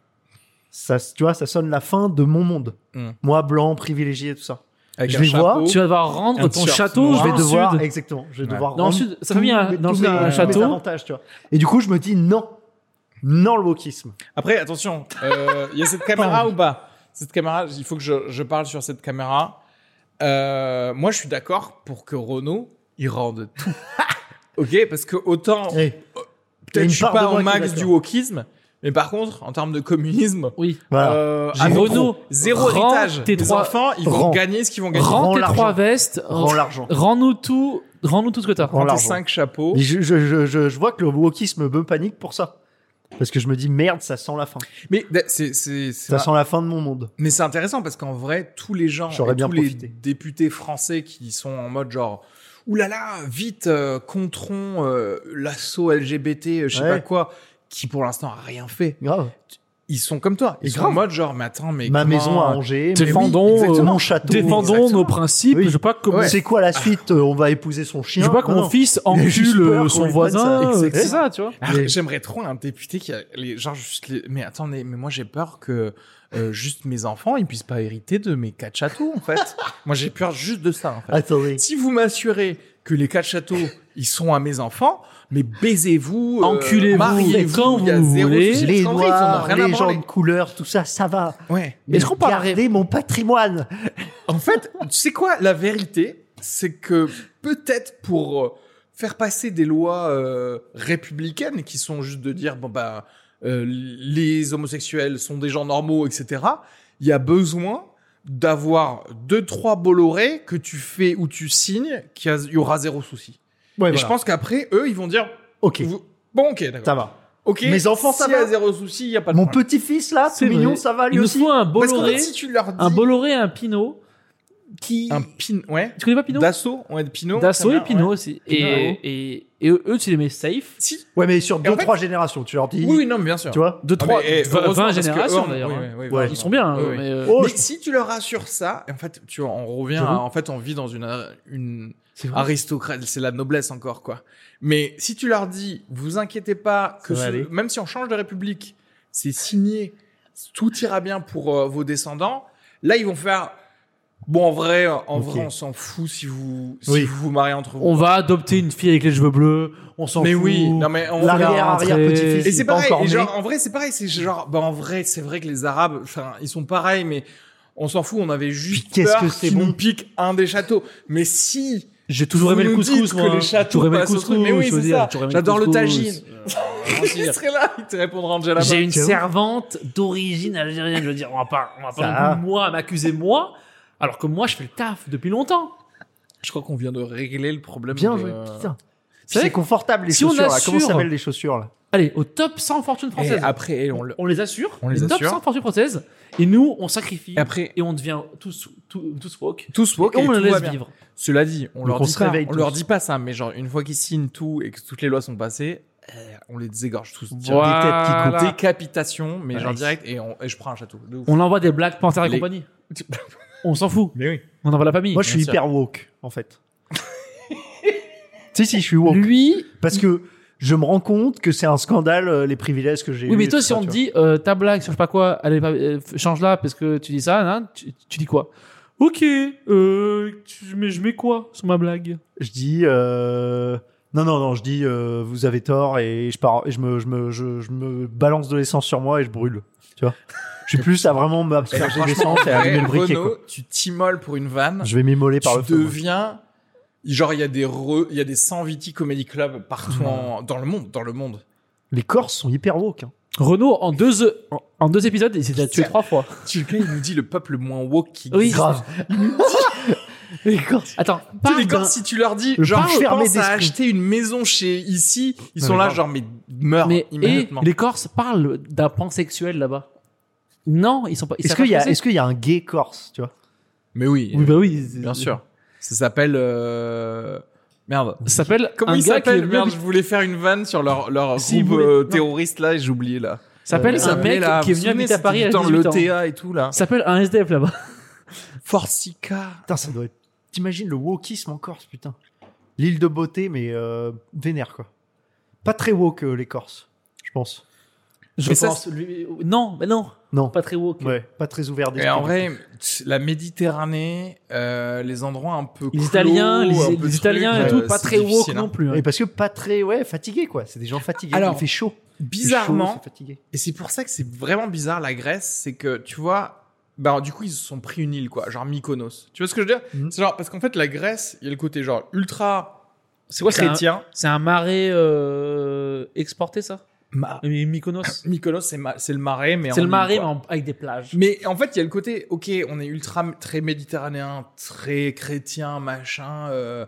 Ça, tu vois, ça sonne la fin de mon monde. Hmm. Moi, blanc, privilégié, tout ça. Avec Je un vais chapeau. voir, Tu vas devoir rendre Un ton t-shirt château noir. je vais en devoir sud. exactement je vais Ouais. devoir Dans le rendre sud, ça devient un- tous dans mes- le tous sud, mes- un mes château. avantages, tu vois. et du coup je me dis non non le wokisme Après, attention, euh, il y a cette caméra ou pas Cette caméra, il faut que je, je parle sur cette caméra. Euh, moi, je suis d'accord pour que Renault, il rende tout. ok, parce que autant, Eh, il y a peut-être une je suis part de pas moi au qui est max d'accord. du wokisme, mais par contre, en termes de communisme, Oui. voilà euh, J'ai à mis Renault, trop. zéro Rends héritage. tes Tes trois- enfants, ils vont Rends. gagner ce qu'ils vont gagner. Rends tes l'argent. trois vestes, rends l'argent rends-nous tout, rends-nous tout ce que t'as. Rends Rends tes l'argent. cinq chapeaux. Mais je, je, je, je- je vois que le wokisme me panique pour ça parce que je me dis merde ça sent la fin Mais d- c'est c'est- c'est ça ma- sent la fin de mon monde Mais c'est intéressant parce qu'en vrai, tous les gens, J'aurais et bien tous profité. les députés français qui sont en mode genre, oulala, vite, euh, controns euh, l'assaut LGBT, euh, je sais Ouais. pas quoi, qui pour l'instant a rien fait. grave Ils sont comme toi. Ils Mais sont grave. en mode genre, mais attends, mais ma comment- maison à Angers T'es mais fan- oui, Défendons, exactement, euh, mon château Défendons Exactement. nos principes. Oui. Je veux pas que, Ouais. c'est quoi la suite Euh, on va épouser son je chien veux pas que Non, mon non. fils a juste encule peur euh, qu'on son lui prenne sa- voisin. euh, Exactement. C'est ça, tu vois. Ah, J'aimerais trop un député qui a les gens juste les- mais attendez mais moi j'ai peur que euh, juste mes enfants ils puissent pas hériter de mes quatre châteaux en fait moi j'ai peur juste de ça en fait. attendez Si vous m'assurez que les quatre châteaux, ils sont à mes enfants, mais baisez-vous, euh, Enculez-vous, mariez-vous, quand il y a vous zéro voulez. souci. les Parce qu'en vrai, ils en ont noirs rien à les gens branler. de couleur tout ça ça va Ouais. mais Est-ce qu'on parlerait- gardez mon patrimoine En fait, tu sais quoi La vérité, c'est que peut-être pour euh, faire passer des lois euh, républicaines qui sont juste de dire bon bah euh, les homosexuels sont des gens normaux, etc. Il y a besoin d'avoir deux trois Bolloré que tu fais ou tu signes qu'il y a- il y aura zéro souci. ouais, Et je pense qu'après eux, ils vont dire ok Vous- Bon, ok, d'accord. ça va Ok, Mes enfants, ça s'il y a va zéro souci, il n'y a pas de Mon problème. petit-fils, là, C'est tout mignon, vrai. ça va lui Il nous aussi faut un Parce qu'en Bolloré, fait, si tu leur dis un Bolloré, et un Pinot, qui. un pin, ouais, Tu connais pas Pinot d'assaut, ouais, de Pinot. Dassault très et bien, Pinot ouais. aussi. Pinot, Et, ouais. et, et eux, eux, tu les mets safe. Si- Ouais, mais sur Et en 2-3 fait- générations, tu leur dis. Oui, oui, non, mais bien sûr. Tu vois De Ah, trois, mais, eh, vingt- heureusement, vingt parce que générations eux, d'ailleurs. oui, hein. oui, oui, Ouais. Ils sont bien. Oui, euh, oui. mais, euh, Oh, Mais je- si tu leur assures ça, et en fait, tu vois, on revient, J'avoue. à- en fait, on vit dans une euh, une c'est vrai. aristocrate, c'est la noblesse encore quoi. Mais si tu leur dis, vous inquiétez pas, que va ce- aller. même si on change de république, c'est signé, tout ira bien pour euh, vos descendants. Là, ils vont faire. Bon, en vrai, en Ok. vrai, on s'en fout si vous si Oui. vous vous mariez entre vous. On va adopter une fille avec les cheveux bleus. On s'en fout. mais oui, non mais on L'arrière, regarde. arrière, rentrer. petit-fils. Et il est c'est pas pareil. encore et né. genre, en vrai, c'est pareil. C'est genre, bah en vrai, c'est vrai que les Arabes, enfin, ils sont pareils, mais on s'en fout. On avait juste Puis qu'est-ce peur que c'est qu'ils bon. nous piquent un des châteaux. Mais si J'ai toujours Vous aimé le nous couscous, dites moi. que hein. les J'ai châteaux toujours aimé le passent au couscous. truc. Mais oui, je veux c'est dire, ça. toujours aimé le J'adore le couscous. tagine. il serait là, il te répondra Angela. J'ai une Tiens. servante d'origine algérienne. Je veux dire, on va pas, on va Ça pas non va. plus, moi m'accuser moi, alors que moi je fais le taf depuis longtemps. Je crois qu'on vient de régler le problème. Bien de- joué, putain. C'est vrai C'est que- confortable, les si on chaussures, là. assure- Comment ça s'appelle les chaussures, là Allez, au top 100 fortunes Et françaises. après, on on, le- les assure. on les top assure. 100 fortunes françaises. Et nous, on sacrifie. Et après, et on devient tous, tous, tous woke. tous woke et et on les tout va laisse bien. vivre. Cela dit, on Donc leur on dit se pas, réveille on leur tous. dit pas ça, mais genre une fois qu'ils signent tout et que toutes les lois sont passées, euh, on les égorge tous. direct. Voilà. Des têtes qui coupent. Décapitation, mais genre Ouais. direct et, on- et je prends un château. de ouf. On envoie des Black Panther et Les- compagnie. On s'en fout. Mais oui. On envoie la famille. Moi, je suis bien sûr. hyper woke, en fait. Si, si, je suis woke. Lui, Parce que je me rends compte que c'est un scandale, euh, les privilèges que j'ai oui, eus mais et toi, tout si ça, on tu te vois. dit euh, ta blague sur je sais pas quoi, elle est pas- euh, change-la parce que tu dis ça, hein, tu, tu dis quoi Ok, euh, tu- mais je mets quoi sur ma blague Je dis. euh, Non, non, non, je dis euh, vous avez tort et je, pars, et je, me, je, me, je, je me balance de l'essence sur moi et je brûle. Tu vois Je suis plus à vraiment m'absperger d'essence et à allumer le briquet. Renaud, quoi. tu t'immoles pour une vanne. Je vais m'immoler par tu le feu. moi. deviens genre il y a des re- il y a des 120 comedy clubs partout en- dans le monde dans le monde Les Corses sont hyper woke. hein. Renaud, en deux, e- en, en deux épisodes, il s'est déjà tué trois fois. tu le il nous dit le peuple le moins woke qui Oui. existe. Grave. les Corses. Attends, Tu sais, parle les d'un- Corses, si tu leur dis Le genre plus je fermé pense à d'esprit. acheter une maison chez ici ils Non, sont mais là grave. genre mais meurs mais, et immédiatement les Corses parlent d'un pansexuel là-bas. Non, ils sont pas. ils Est-ce savent pas qu'il y, ce a- que est-ce qu'il y a un gay Corse tu vois mais oui, c'est. Oui, bah oui. c'est- bien sûr ça s'appelle euh, merde Ça s'appelle. Comment un ils gars qui est s'appellent venu Merde, habiter- je voulais faire une vanne sur leur, leur Si, groupe vous voulez- euh, non. terroriste là et j'ai oublié là. ça s'appelle Ça un venait, mec Euh, là, qui est vous vous venu souvenez, habiter à c'était Paris à dans 18 ans. l'ETA et tout là. Ça s'appelle un SDF là-bas. Forsica. Putain, ça doit être. T'imagines le wokisme en Corse, putain. L'île de beauté, mais euh, vénère, quoi. Pas très woke, euh, les Corses, je pense. Je Mais ça, pense. lui- Non, mais non, Non. pas très woke. Ouais, pas très ouvert d'esprit. Et en vrai, la Méditerranée, euh, les endroits un peu Les clos, Italiens, les, un les peu truc, Italiens et euh, tout, pas c'est très woke difficile, hein. non plus. hein. Et parce que pas très. Ouais, fatigué, quoi. C'est des gens fatigués. Alors, il fait chaud. Il fait chaud, Bizarrement, c'est fatigué. et c'est pour ça que c'est vraiment bizarre la Grèce, c'est que tu vois, bah alors, du coup ils se sont pris une île quoi, genre Mykonos. Tu vois ce que je veux dire Mhm. C'est genre parce qu'en fait la Grèce, il y a le côté genre ultra C'est quoi, c'est un- chrétien. C'est un marais euh, exporté, ça Mais Mykonos C'est Mykonos c'est ma- c'est le marais Ah, mais en le île, marais, quoi. mais en- avec des plages. Mais en fait, il y a le côté, ok, on est ultra très méditerranéen, très chrétien, machin. euh,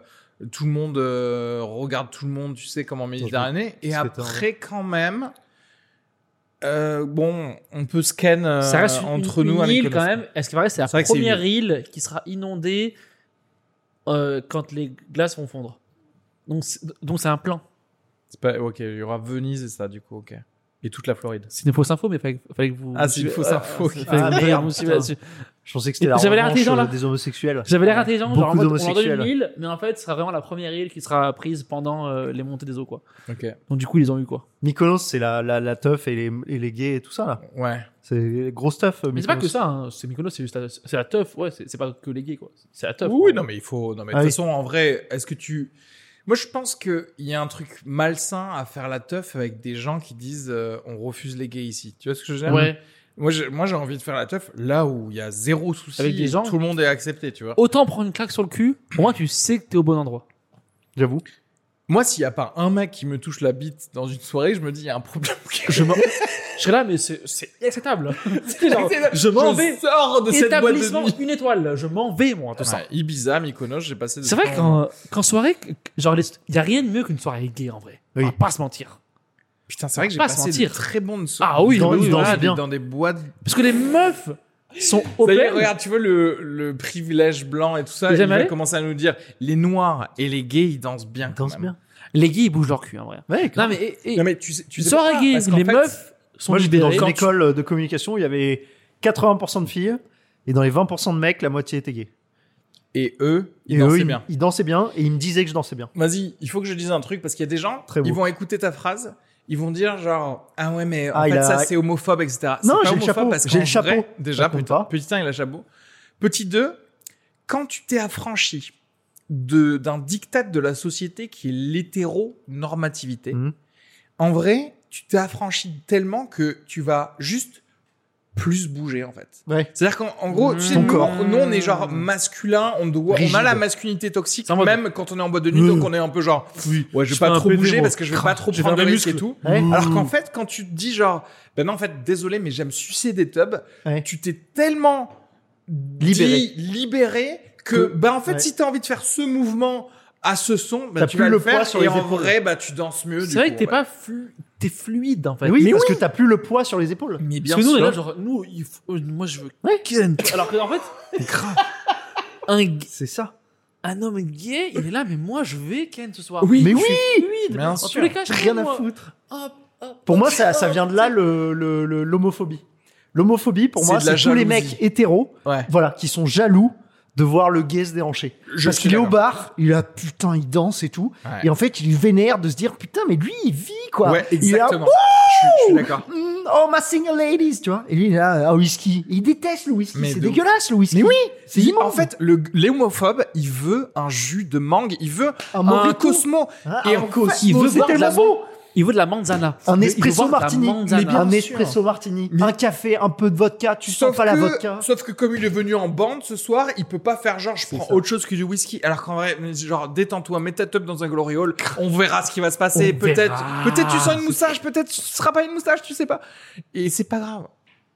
tout le monde euh, regarde tout le monde, tu sais, comme en Méditerranée. Et hein. Parce que t'as- après, quand même, euh, bon, on peut scan euh, ça reste une, entre une nous avec île le- quand même. Est-ce que pareil, c'est la C'est vrai que c'est une première île qui sera inondée euh, quand les glaces vont fondre Donc c'est donc c'est un plan. C'est pas- ok, il y aura Venise et ça, du coup, ok. Et toute la Floride. C'est une fausse info, mais fallait, fallait que vous. Ah, c'est une euh, fausse info, ok. fallait que Ah, vous- merde, vous- putain. Je pensais que c'était la Vous avez l'air revanche intelligent, euh, là. des homosexuels. J'avais l'air intelligent, genre en Beaucoup mode, on leur donne une d'homosexuels. île, mais en fait, ce sera vraiment la première île qui sera prise pendant euh, les montées des eaux, quoi. Ok. Donc du coup, ils ont eu quoi Mykonos, c'est la, la, la teuf et les, et les gays et tout ça, là. Ouais. C'est grosse teuf. Mais c'est pas que ça, hein. c'est Mykonos, c'est juste la, c'est la teuf, ouais, c'est c'est pas que les gays, quoi. C'est la teuf. Oui, oui, non, mais il faut. Non, mais de Ah toute oui. façon, en vrai, est-ce que tu. Moi, je pense qu'il y a un truc malsain à faire la teuf avec des gens qui disent euh, on refuse les gays ici. Tu vois ce que je veux dire Ouais. Moi, j'ai moi, j'ai envie de faire la teuf là où il y a zéro souci. Avec des et gens- Tout le monde est accepté, tu vois. Autant prendre une claque sur le cul, au moins tu sais que t'es au bon endroit. J'avoue. Ah, Moi, s'il n'y a pas un mec qui me touche la bite dans une soirée, je me dis il y a un problème. Je, m'en- je serais là, mais c'est c'est acceptable. C'est genre, je Je m'en vais. sors de cette boîte de Établissement nuit. une étoile, je m'en vais, moi, tout ça. Ouais, Ibiza, Mykonos, j'ai passé. des C'est vrai temps- qu'en qu'en soirée, que- genre, les- y a rien de mieux qu'une soirée gay, en vrai. Oui. On va pas se mentir. Putain, c'est vrai que j'ai Pas se passé mentir. de très bonnes soirées. Ah oui, Dans- oui, oui, dans- voilà. dans, bien. dans des boîtes parce que les meufs sont Ça y est, open. regarde, tu vois le, le privilège blanc et tout ça, Vous il aimez va aller commencer à nous dire les noirs et les gays ils dansent bien. Ils quand dansent même. bien. Les gays, ils bougent leur cul, en vrai. Ouais, Non, mais, et- et- Non mais tu sais, tu une sais soirée pourquoi gay, les Parce qu'en fait, meufs sont Moi, j'étais dans libérées. une école de communication où il y avait 80% de filles et dans les 20% de mecs, la moitié était gay. Et eux, ils et dansent eux, bien. Ils, ils dansaient bien et ils me disaient que je dansais bien. Vas-y, il faut que je dise un truc parce qu'il y a des gens, Très beau. ils vont écouter ta phrase, ils vont dire genre ah ouais mais en Ah, il fait a- ça c'est homophobe etc. C'est Non, pas j'ai le homophobe chapeau, parce j'ai qu'en le chapeau. vrai, Ça déjà compte petit, pas. petit un il a le chapeau. Petit 2, quand tu t'es affranchi de d'un diktat de la société qui est l'hétéronormativité. Mmh. Mhm. En vrai, tu t'es affranchi tellement que tu vas juste plus bouger en fait. Ouais. C'est-à-dire qu'en en gros, tu sais, Ton nous, corps. nous, on est genre masculin, on, doit, on Rigide. a la masculinité toxique, C'est en mode- même quand on est en boîte de nuit, Euh. donc on est un peu genre, Oui. ouais, je vais Je pas fais un trop PD, bouger moi. parce que je vais pas trop Je vais prendre de faire mes risques et muscles. tout. Ouais. Alors qu'en fait, quand tu te dis genre, ben non, en fait, désolé, mais j'aime sucer des tubs, Ouais. tu t'es tellement Libéré. dit, libéré que, Que- ben en fait, ouais. si t'as envie de faire ce mouvement à ce son, ben T'as tu plus vas le le poids faire sur et les en épaules. vrai, ben tu danses mieux. C'est du vrai coup, que t'es ouais. pas flu- t'es fluide, en fait. Mais oui, Mais parce oui. que t'as plus le poids sur les épaules. Mais bien Parce que nous, on est là, sûr. genre, nous, il faut- euh, moi, je veux Ouais. Ken. Alors que, en fait, un, g- C'est ça. un homme gay, il est là, mais moi, je vais Ken ce soir. Mais oui, fluide. Bien en sûr. tous les cas, je rien fais, à moi. foutre. Hop, hop, Pour moi, hop, ça, ça hop. vient de là le- le- le- l'homophobie. L'homophobie, pour C'est moi, de la c'est tous les jalousie. mecs hétéros, Ouais. voilà, qui sont jaloux de voir le gay se déhancher. Je Parce suis qu'il est au d'accord. bar, il a putain, il danse et tout. Ouais. Et en fait, il est vénère de se dire putain, mais lui, il vit quoi. Ouais, Il est là, exactement. Je suis- je suis d'accord. Mm, oh, my single ladies, tu vois. Et lui, il a un whisky. Il déteste le whisky. Mais C'est de dégueulasse, le whisky. Mais oui C'est Il- immonde. en fait, le- l'homophobe, il veut un jus de mangue, il veut un un morito. cosmo. Ah, Et un en fait, cosmo, il veut c'est voir de tellement la- beau. Il veut de la manzana. Un Il veut espresso voir de la martini. manzana. Mais bien un sûr. espresso martini, Mais- un café, un peu de vodka, tu sens pas la que, vodka. sauf que comme il est venu en bande ce soir, il peut pas faire genre je prends ça. autre chose que du whisky. Alors qu'en vrai, mais genre détends-toi, mets ta teub dans un glory hole, on verra ce qui va se passer. On Peut-être, verra. peut-être tu sens une moustache, peut-être ce sera pas une moustache, tu sais pas. Et c'est pas grave.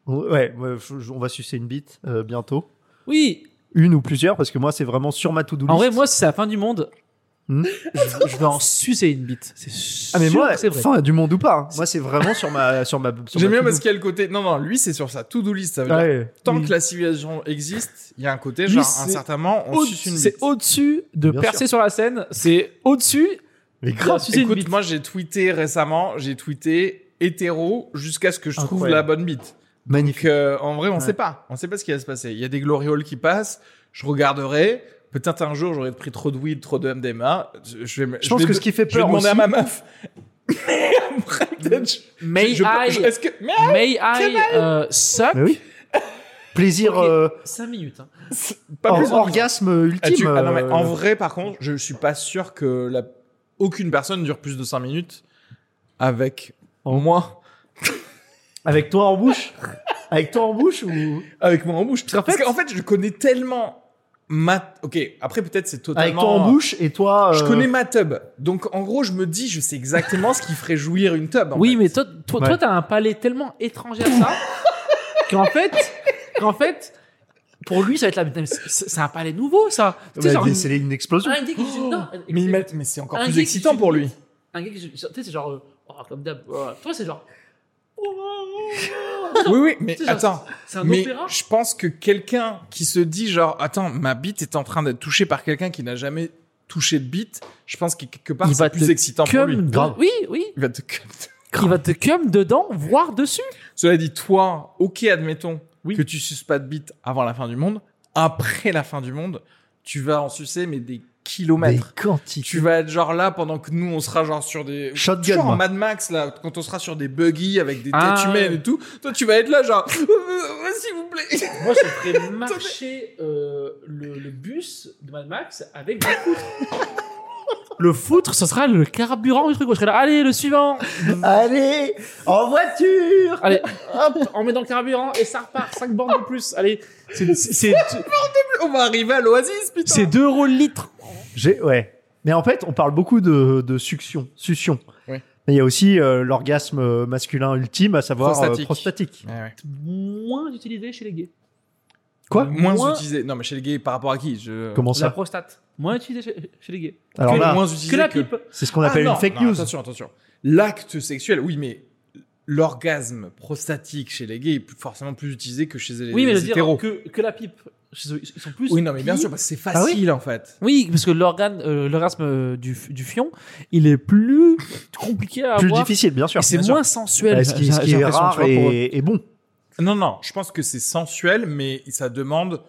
Ouais, ouais, je- je- on va sucer une bite euh, bientôt. Oui. Une ou plusieurs, parce que moi, c'est vraiment sur ma to-do list. En vrai, moi, si c'est la fin du monde, Hmm. je, je vais en sucer une bite. C'est sûr ah, mais moi, que c'est vrai. fin du monde ou pas. hein. Moi, c'est vraiment sur ma. sur ma sur J'aime ma bien to-do. parce qu'il y a le côté. Non, non, lui c'est sur sa to-do list. Ça veut dire Ouais, tant oui. que la civilisation existe, il y a un côté Lui, genre c'est incertainement, on Au- suce une C'est bite. au-dessus de Bien percer sur la scène. C'est au-dessus Mais de grave. sucer une Écoute, bite. moi j'ai tweeté récemment, j'ai tweeté hétéro jusqu'à ce que je trouve Incroyable. la bonne bite. Magnifique. Donc euh, en vrai, on Ouais. sait pas. On sait pas ce qui va se passer. Il y a des glorioles qui passent. Je regarderai. Peut-être un jour, j'aurais pris trop de weed, trop de MDMA. Je, euh, je vais, me- Je pense vais que de- ce qui fait je vais peur. demander à aussi- ma meuf. Mais après, peut-être, je- May je- I, je- est-ce que mais may I euh, suck Mais oui. Plaisir, Ok. euh, 5 minutes. hein. pas or- plus orgasme Ah, tu- ultime. ah non, mais en euh, vrai, par contre, je suis pas sûr que la... aucune personne dure plus de 5 minutes avec Oh. moi. Avec toi en bouche Avec toi en bouche ou Avec moi en bouche. Parce fait- qu'en fait, je connais tellement ma. Ok, après peut-être c'est totalement. avec toi en bouche et toi Je euh, connais ma tub. Donc en gros, je me dis, je sais exactement ce qui ferait jouir une tub. en Oui, fait. mais toi, toi, Ouais. toi, t'as un palais tellement étranger à ça qu'en fait, qu'en fait, pour lui, ça va être la. mais C'est c'est un palais nouveau, ça. Tu sais, bah, genre, mais c'est une explosion. un gars qui se- non, Oh, Mais, il m'a- mais c'est encore Un plus geek excitant qui- pour lui. Un gars qui se- tu sais, c'est genre, euh, oh, comme d'hab. oh. Toi, c'est genre. Oh, Oui, oui, mais C'est genre- attends. C'est un Mais opéra. je pense que quelqu'un qui se dit genre, attends, ma bite est en train d'être touchée par quelqu'un qui n'a jamais touché de bite, je pense que quelque part Il c'est va plus te excitant pour lui. Cum. Grave. Oui, oui. Il va te cum. Il va te cum dedans, voire dessus. Cela dit, toi, ok, admettons Oui. que tu suces pas de bite avant la fin du monde. Après la fin du monde, tu vas en sucer mais des kilomètres. quantités. Tu vas être genre là pendant que nous on sera genre sur des Shotgun, genre en moi. Mad Max là quand on sera sur des buggy avec des têtes Ah, humaines ouais. et tout. Toi tu vas être là genre Euh, s'il vous plaît. Moi, je ferais marcher euh, le, le bus de Mad Max avec du foutre. Le foutre, ce sera le carburant du truc. Je serai là, allez, le suivant. Allez, en voiture Allez, hop, on met dans le carburant et ça repart. 5 bornes de plus. Allez, c'est- c'est On va arriver à l'Oasis putain. c'est 2 euros le litre. J'ai ouais. Mais en fait, on parle beaucoup de, de succion, succion. Ouais. Mais il y a aussi euh, l'orgasme masculin ultime, à savoir euh, Prostatique. prostatique. Ouais, ouais. Moins utilisé chez les gays. Quoi Moins, Moins- utilisé. Non mais chez les gays par rapport à qui je... Comment La ça prostate. Moins utilisé chez, chez les gays. Alors Que là, moins utilisé Que la pipe. c'est ce qu'on Ah, appelle non, une fake non, news. Attention attention. L'acte sexuel oui mais l'orgasme prostatique chez les gays est plus- forcément plus utilisé que chez les, Oui, mais je les veux dire hétéros. que, que la pipe. Chez eux, Ils sont plus. Oui non mais bien sûr parce que c'est Ah facile en fait. Oui, parce que l'organe, euh, l'orgasme euh, du, du fion, il est plus compliqué à Plus avoir. difficile, bien sûr. Et c'est Bien sûr. moins sensuel. Bah, ce qui, j'ai- ce qui j'ai est l'impression, rare tu vois, pour- et, et bon. Non, non, je pense que c'est sensuel, mais ça demande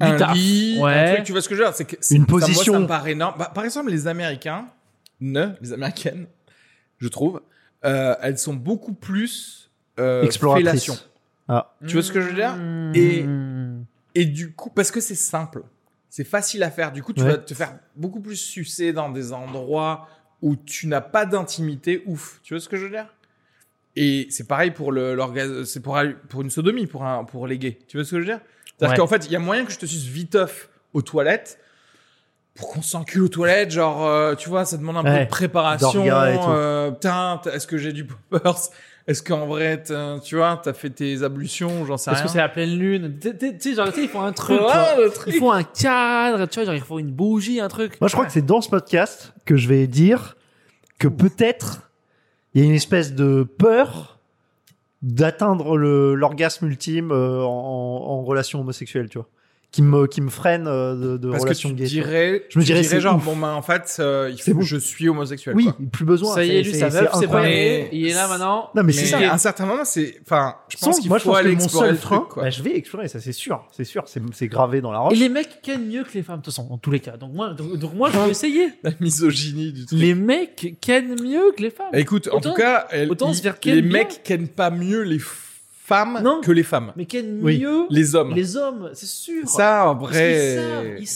Du un taf. lit, un Ouais. truc, tu vois ce que je veux dire c'est que c'est- Une ça, moi, position. ça me paraît énorme. Bah, par exemple, les Américains, ne, les Américaines, je trouve, euh, elles sont beaucoup plus euh, fellation. Exploratrice. Ah. Tu vois ce que je veux dire Hmm. Et- Et du coup, parce que c'est simple, c'est facile à faire. Du coup, tu Ouais. vas te faire beaucoup plus sucer dans des endroits où tu n'as pas d'intimité. Ouf, tu vois ce que je veux dire Et c'est pareil pour le- l'orgasme, c'est pour, pour une sodomie, pour, un, pour les gays. Tu vois ce que je veux dire C'est-à-dire Ouais. qu'en fait, il y a moyen que je te suce viteuf aux toilettes pour qu'on s'encule aux toilettes. Genre, euh, tu vois, ça demande un peu Ouais. de préparation. D'orgas et tout. euh, Putain, t'as- est-ce que j'ai du poppers Est-ce qu'en vrai, t'as- tu vois, t'as fait tes ablutions J'en sais Parce rien. que c'est la pleine lune. Tu tu- tu sais, genre, tu sais, ils font un truc. Ouais, tu vois. le truc. Ils font un cadre, tu vois, genre, ils font une bougie, un truc. Moi, je crois que c'est dans ce podcast que je vais dire que peut-être il y a une espèce de peur d'atteindre le- l'orgasme ultime euh, en, en relation homosexuelle, tu vois, qui me, qui me freine euh, de, de Parce que relation tu gay. dirais, Je me tu dirais, c'est genre, ouf. bon, bah, en fait, euh, il C'est faut que bon. je suis homosexuel. oui, quoi. plus besoin. ça y est, lui, sa meuf, c'est incroyable. vrai. incroyable. Il est là maintenant. Non, mais c'est Mais ça. à un certain moment, c'est, enfin, je pense Sans- qu'il moi, faut je pense aller que mon explorer seul le truc, frein, quoi. bah, je vais explorer, ça c'est sûr, c'est sûr, c'est c'est gravé dans la roche. Et les mecs kennent mieux que les femmes, de toute façon, dans tous les cas. Donc moi, donc, donc moi je vais essayer. La misogynie du truc. Les mecs kennent mieux que les femmes. Écoute, en Autant- tout cas, elle- autant il- se faire ken les bien. mecs kennent pas mieux les f- femmes Non. que les femmes. Mais quel Oui. mieux Les hommes. les hommes, c'est sûr. Ça, en Parce vrai. qu'ils savent,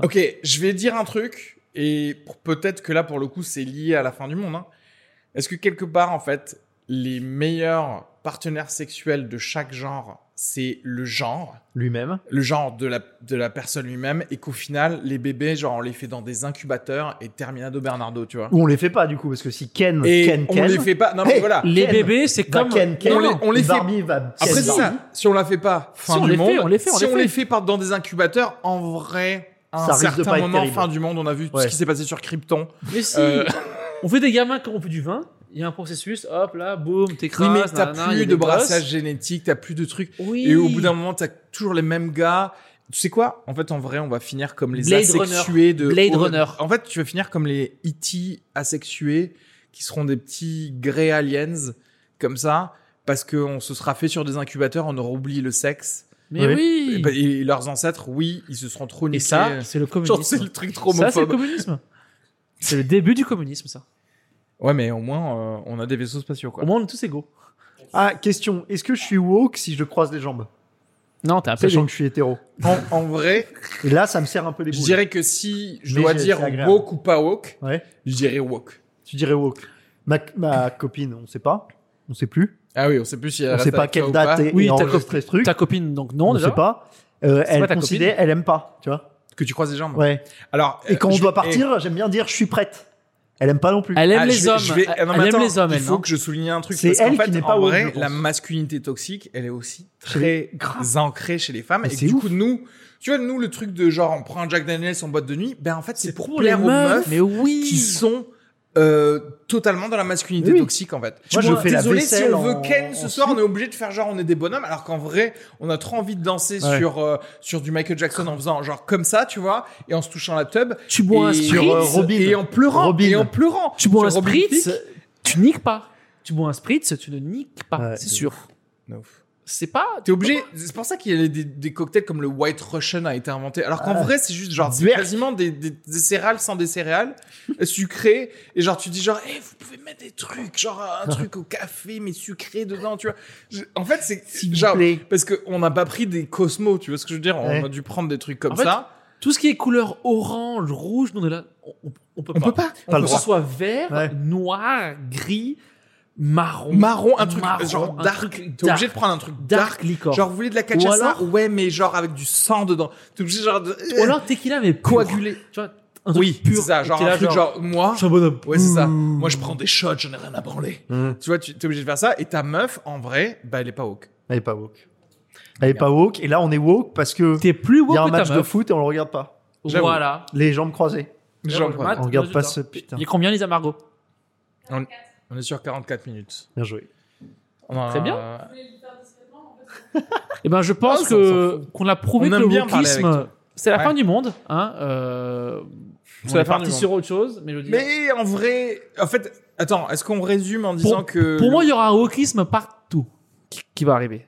Ils savent. Ok, je vais dire un truc, et pour- peut-être que là, pour le coup, c'est lié à la fin du monde. hein. Est-ce que quelque part, en fait, les meilleurs partenaires sexuels de chaque genre, c'est le genre, Lui-même. le genre de la, de la personne lui-même, et qu'au final, les bébés, genre, on les fait dans des incubateurs et Terminado Bernardo, tu vois. Ou on les fait pas, du coup, parce que si Ken, Et Ken, on Ken, les fait pas. Non, mais Hey, voilà. Les Ken. bébés, c'est Bah, va comme. Ken, Ken, on les- on les fait- Barbie va Ken Après c'est Barbie. ça, si on la fait pas, fin on du les monde. fait, on les fait, on si les on fait. les fait par dans des incubateurs, en vrai, à Ça un risque de pas certain être moment, terrible. fin du monde, on a vu tout ce Ouais. qui s'est passé sur Krypton. Mais si, Euh. on fait des gamins comme on fait du vin. Il y a un processus, hop là, boum, Oui, t'écrases. mais t'as nanana, plus il y a des de gosses. brassage génétique, t'as plus de trucs. Oui. Et au bout d'un moment, t'as toujours les mêmes gars. Tu sais quoi En fait, en vrai, on va finir comme les Blade asexués de Blade Oren- Runner. En fait, tu vas finir comme les E.T. asexués qui seront des petits grey aliens comme ça parce qu'on se sera fait sur des incubateurs, on aura oublié le sexe. Mais Oui. oui. Et, bah, et leurs ancêtres, oui, ils se seront trop Et niqués. ça, c'est le Genre, c'est communisme. le truc trop Ça, c'est le homophobe. communisme. C'est le début du communisme, ça. ouais, mais au moins, euh, on a des vaisseaux spatiaux, quoi. Au moins, on est tous égaux. Ah, question. Est-ce que je suis woke si je croise les jambes Non, t'as appelé. Sachant que je suis hétéro. En, en vrai, Et là, ça me sert un peu les je boules. dirais que si je Mais dois j'ai- dire c'est agréable. woke ou pas woke, Ouais. je dirais woke. Tu dirais woke. Ma, ma copine, on sait pas. On sait plus. Ah oui, on sait plus si elle On reste sait pas avec toi quelle ou date est, Oui, est ta enregistré ce truc. Ta copine, donc non, on déjà. sait pas. Euh, C'est elle pas ta considère, elle aime pas, tu vois. Que tu croises les jambes. Ouais. Alors, Et quand euh, on je doit vais- partir, j'aime bien dire je suis prête. Elle aime pas non plus. Elle eh, aime ah, je les vais- hommes. je vais- ah Elle non, mais aime attends, les hommes, Il elle, faut non que je souligne un truc. C'est parce qu'en elle qui fait, n'est pas en woke, vrai, je pense. la masculinité toxique, elle est aussi C'est très grave. ancrée chez les femmes. Mais et c'est du ouf. coup, nous, tu vois, nous, le truc de genre, on prend un Jack Daniels en boîte de nuit, ben en fait, c'est pour, les plaire aux meufs. Mais oui. qui sont euh, totalement dans la masculinité Oui. toxique en fait. Moi, je fais la Désolé, si vaisselle on veut en- Ken en ce soir, slip. on est obligé de faire genre on est des bonhommes, alors qu'en vrai, on a trop envie de danser Ouais. sur euh, sur du Michael Jackson en faisant genre comme ça, tu vois, et en se touchant la tub. Tu bois un et, spritz. euh, Robin. et en pleurant, Robin. et en pleurant. Tu bois un Sur Robin spritz, Thicke. tu niques pas. Tu bois un spritz, tu ne niques pas, Ouais, c'est c'est sûr. Non. C'est pas. T'es obligé. C'est pour ça qu'il y a des, des cocktails comme le White Russian a été inventé. Alors qu'en vrai, c'est juste genre c'est Berk. quasiment des, des, des céréales sans des céréales euh, sucrées. Et genre tu dis genre, Eh, vous pouvez mettre des trucs, genre un truc au café mais sucré dedans, tu vois. Je- en fait, c'est S'il vous genre plaît. parce que on n'a pas pris des Cosmo, tu vois ce que je veux dire On Ouais. a dû prendre des trucs comme En fait, ça. Tout ce qui est couleur orange, rouge, nous on est là. On, on- on peut On pas. peut pas. On Pas le Que peut ce droit. soit vert, Ouais. noir, gris, marron. pas. Marron, un truc marron, genre un dark. truc T'es obligé dark. de prendre un truc dark. Dark liquor. Genre vous voulez de la cachaça alors- Ouais, mais genre avec du sang dedans. T'es obligé genre de Ou alors tequila, mais pur. Coagulé. Tu vois, un truc euh, oui, c'est pur. ça, genre Et t'es un là, truc genre moi. Je suis un bonhomme. Ouais, c'est ça. Mmh. Moi, je prends des shots, j'en ai rien à branler. Tu vois, tu es obligé de faire ça. Et ta meuf, en vrai, bah, elle est pas woke. Elle est pas woke. Elle est pas woke. Et là, on est woke parce que T'es plus il woke y a un que ta match de meuf. foot et on le regarde pas. J'avoue. Voilà. Les jambes croisées. J'en Je prends. mate On le regarde pas résultat. ce putain. Il y a combien les amargots On est sur 44 minutes. Bien joué. On a- Très bien. Eh ben, je pense Ah, ça, que on s'en qu'on a prouvé On que aime le bien parler avec wokisme, c'est la Ouais. fin du monde. Hein, euh, C'est on la est fin parti du monde. sur autre chose, mais je veux dire- Mais en vrai, en fait, attends, est-ce qu'on résume en disant que. Euh, Pour le- moi, il y aura un wokisme partout qui, qui va arriver.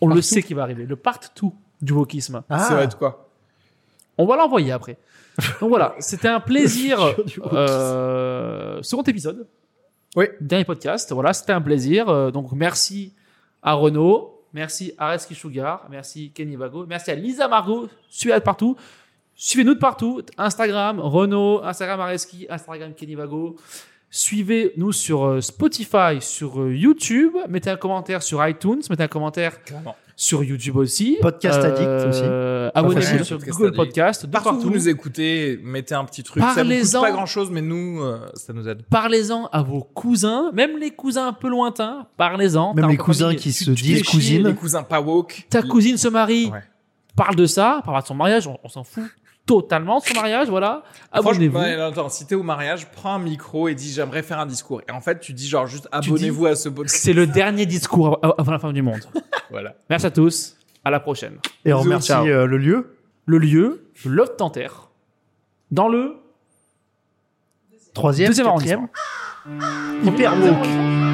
On le sait qui va arriver. Le partout du wokisme. ça va être quoi On va l'envoyer après. Donc voilà, c'était un plaisir. futur du wokisme. euh, second épisode. Oui. Dernier podcast. Voilà, c'était un plaisir. Euh, Donc merci à Renaud, merci à Reski Sugar, merci Kenny Vago, merci à Lisa Margot, suivez-la de partout. Suivez-nous de partout. Instagram, Renault, Instagram Areski, Instagram Kenny Vago. Suivez-nous sur euh, Spotify, sur euh, YouTube. Mettez un commentaire sur iTunes. Mettez un commentaire Clairement. sur YouTube aussi. Podcast Addict aussi. Abonnez-vous facile. sur Podcast Google Addict. Podcast. de Partout, partout. vous nous écoutez, mettez un petit truc. Ça ne Parlez-en. coûte pas grand-chose, mais nous, euh, ça nous aide. Parlez-en à vos cousins, même les cousins un peu lointains. Parlez-en. Même T'as les encore cousins pas dit- qui tu- se tu disent fais chier. cousines. Les cousins pas woke. Ta cousine se marie. Ouais. Parle de ça. Parle de son mariage. On, on s'en fout totalement de son mariage. Voilà. Franchement, Abonnez-vous. ouais, attends, si t'es au mariage, prends un micro et dis j'aimerais faire un discours. Et en fait, tu dis genre juste abonnez-vous à ce podcast. C'est le dernier discours av- avant la fin du monde. Voilà. Merci à tous. À la prochaine. Et on Bisous, remercie ciao. euh, le lieu. Le lieu, l'obtentaire. Dans le Troisième, Deuxième quatrième. Hyper woke. arrondissement.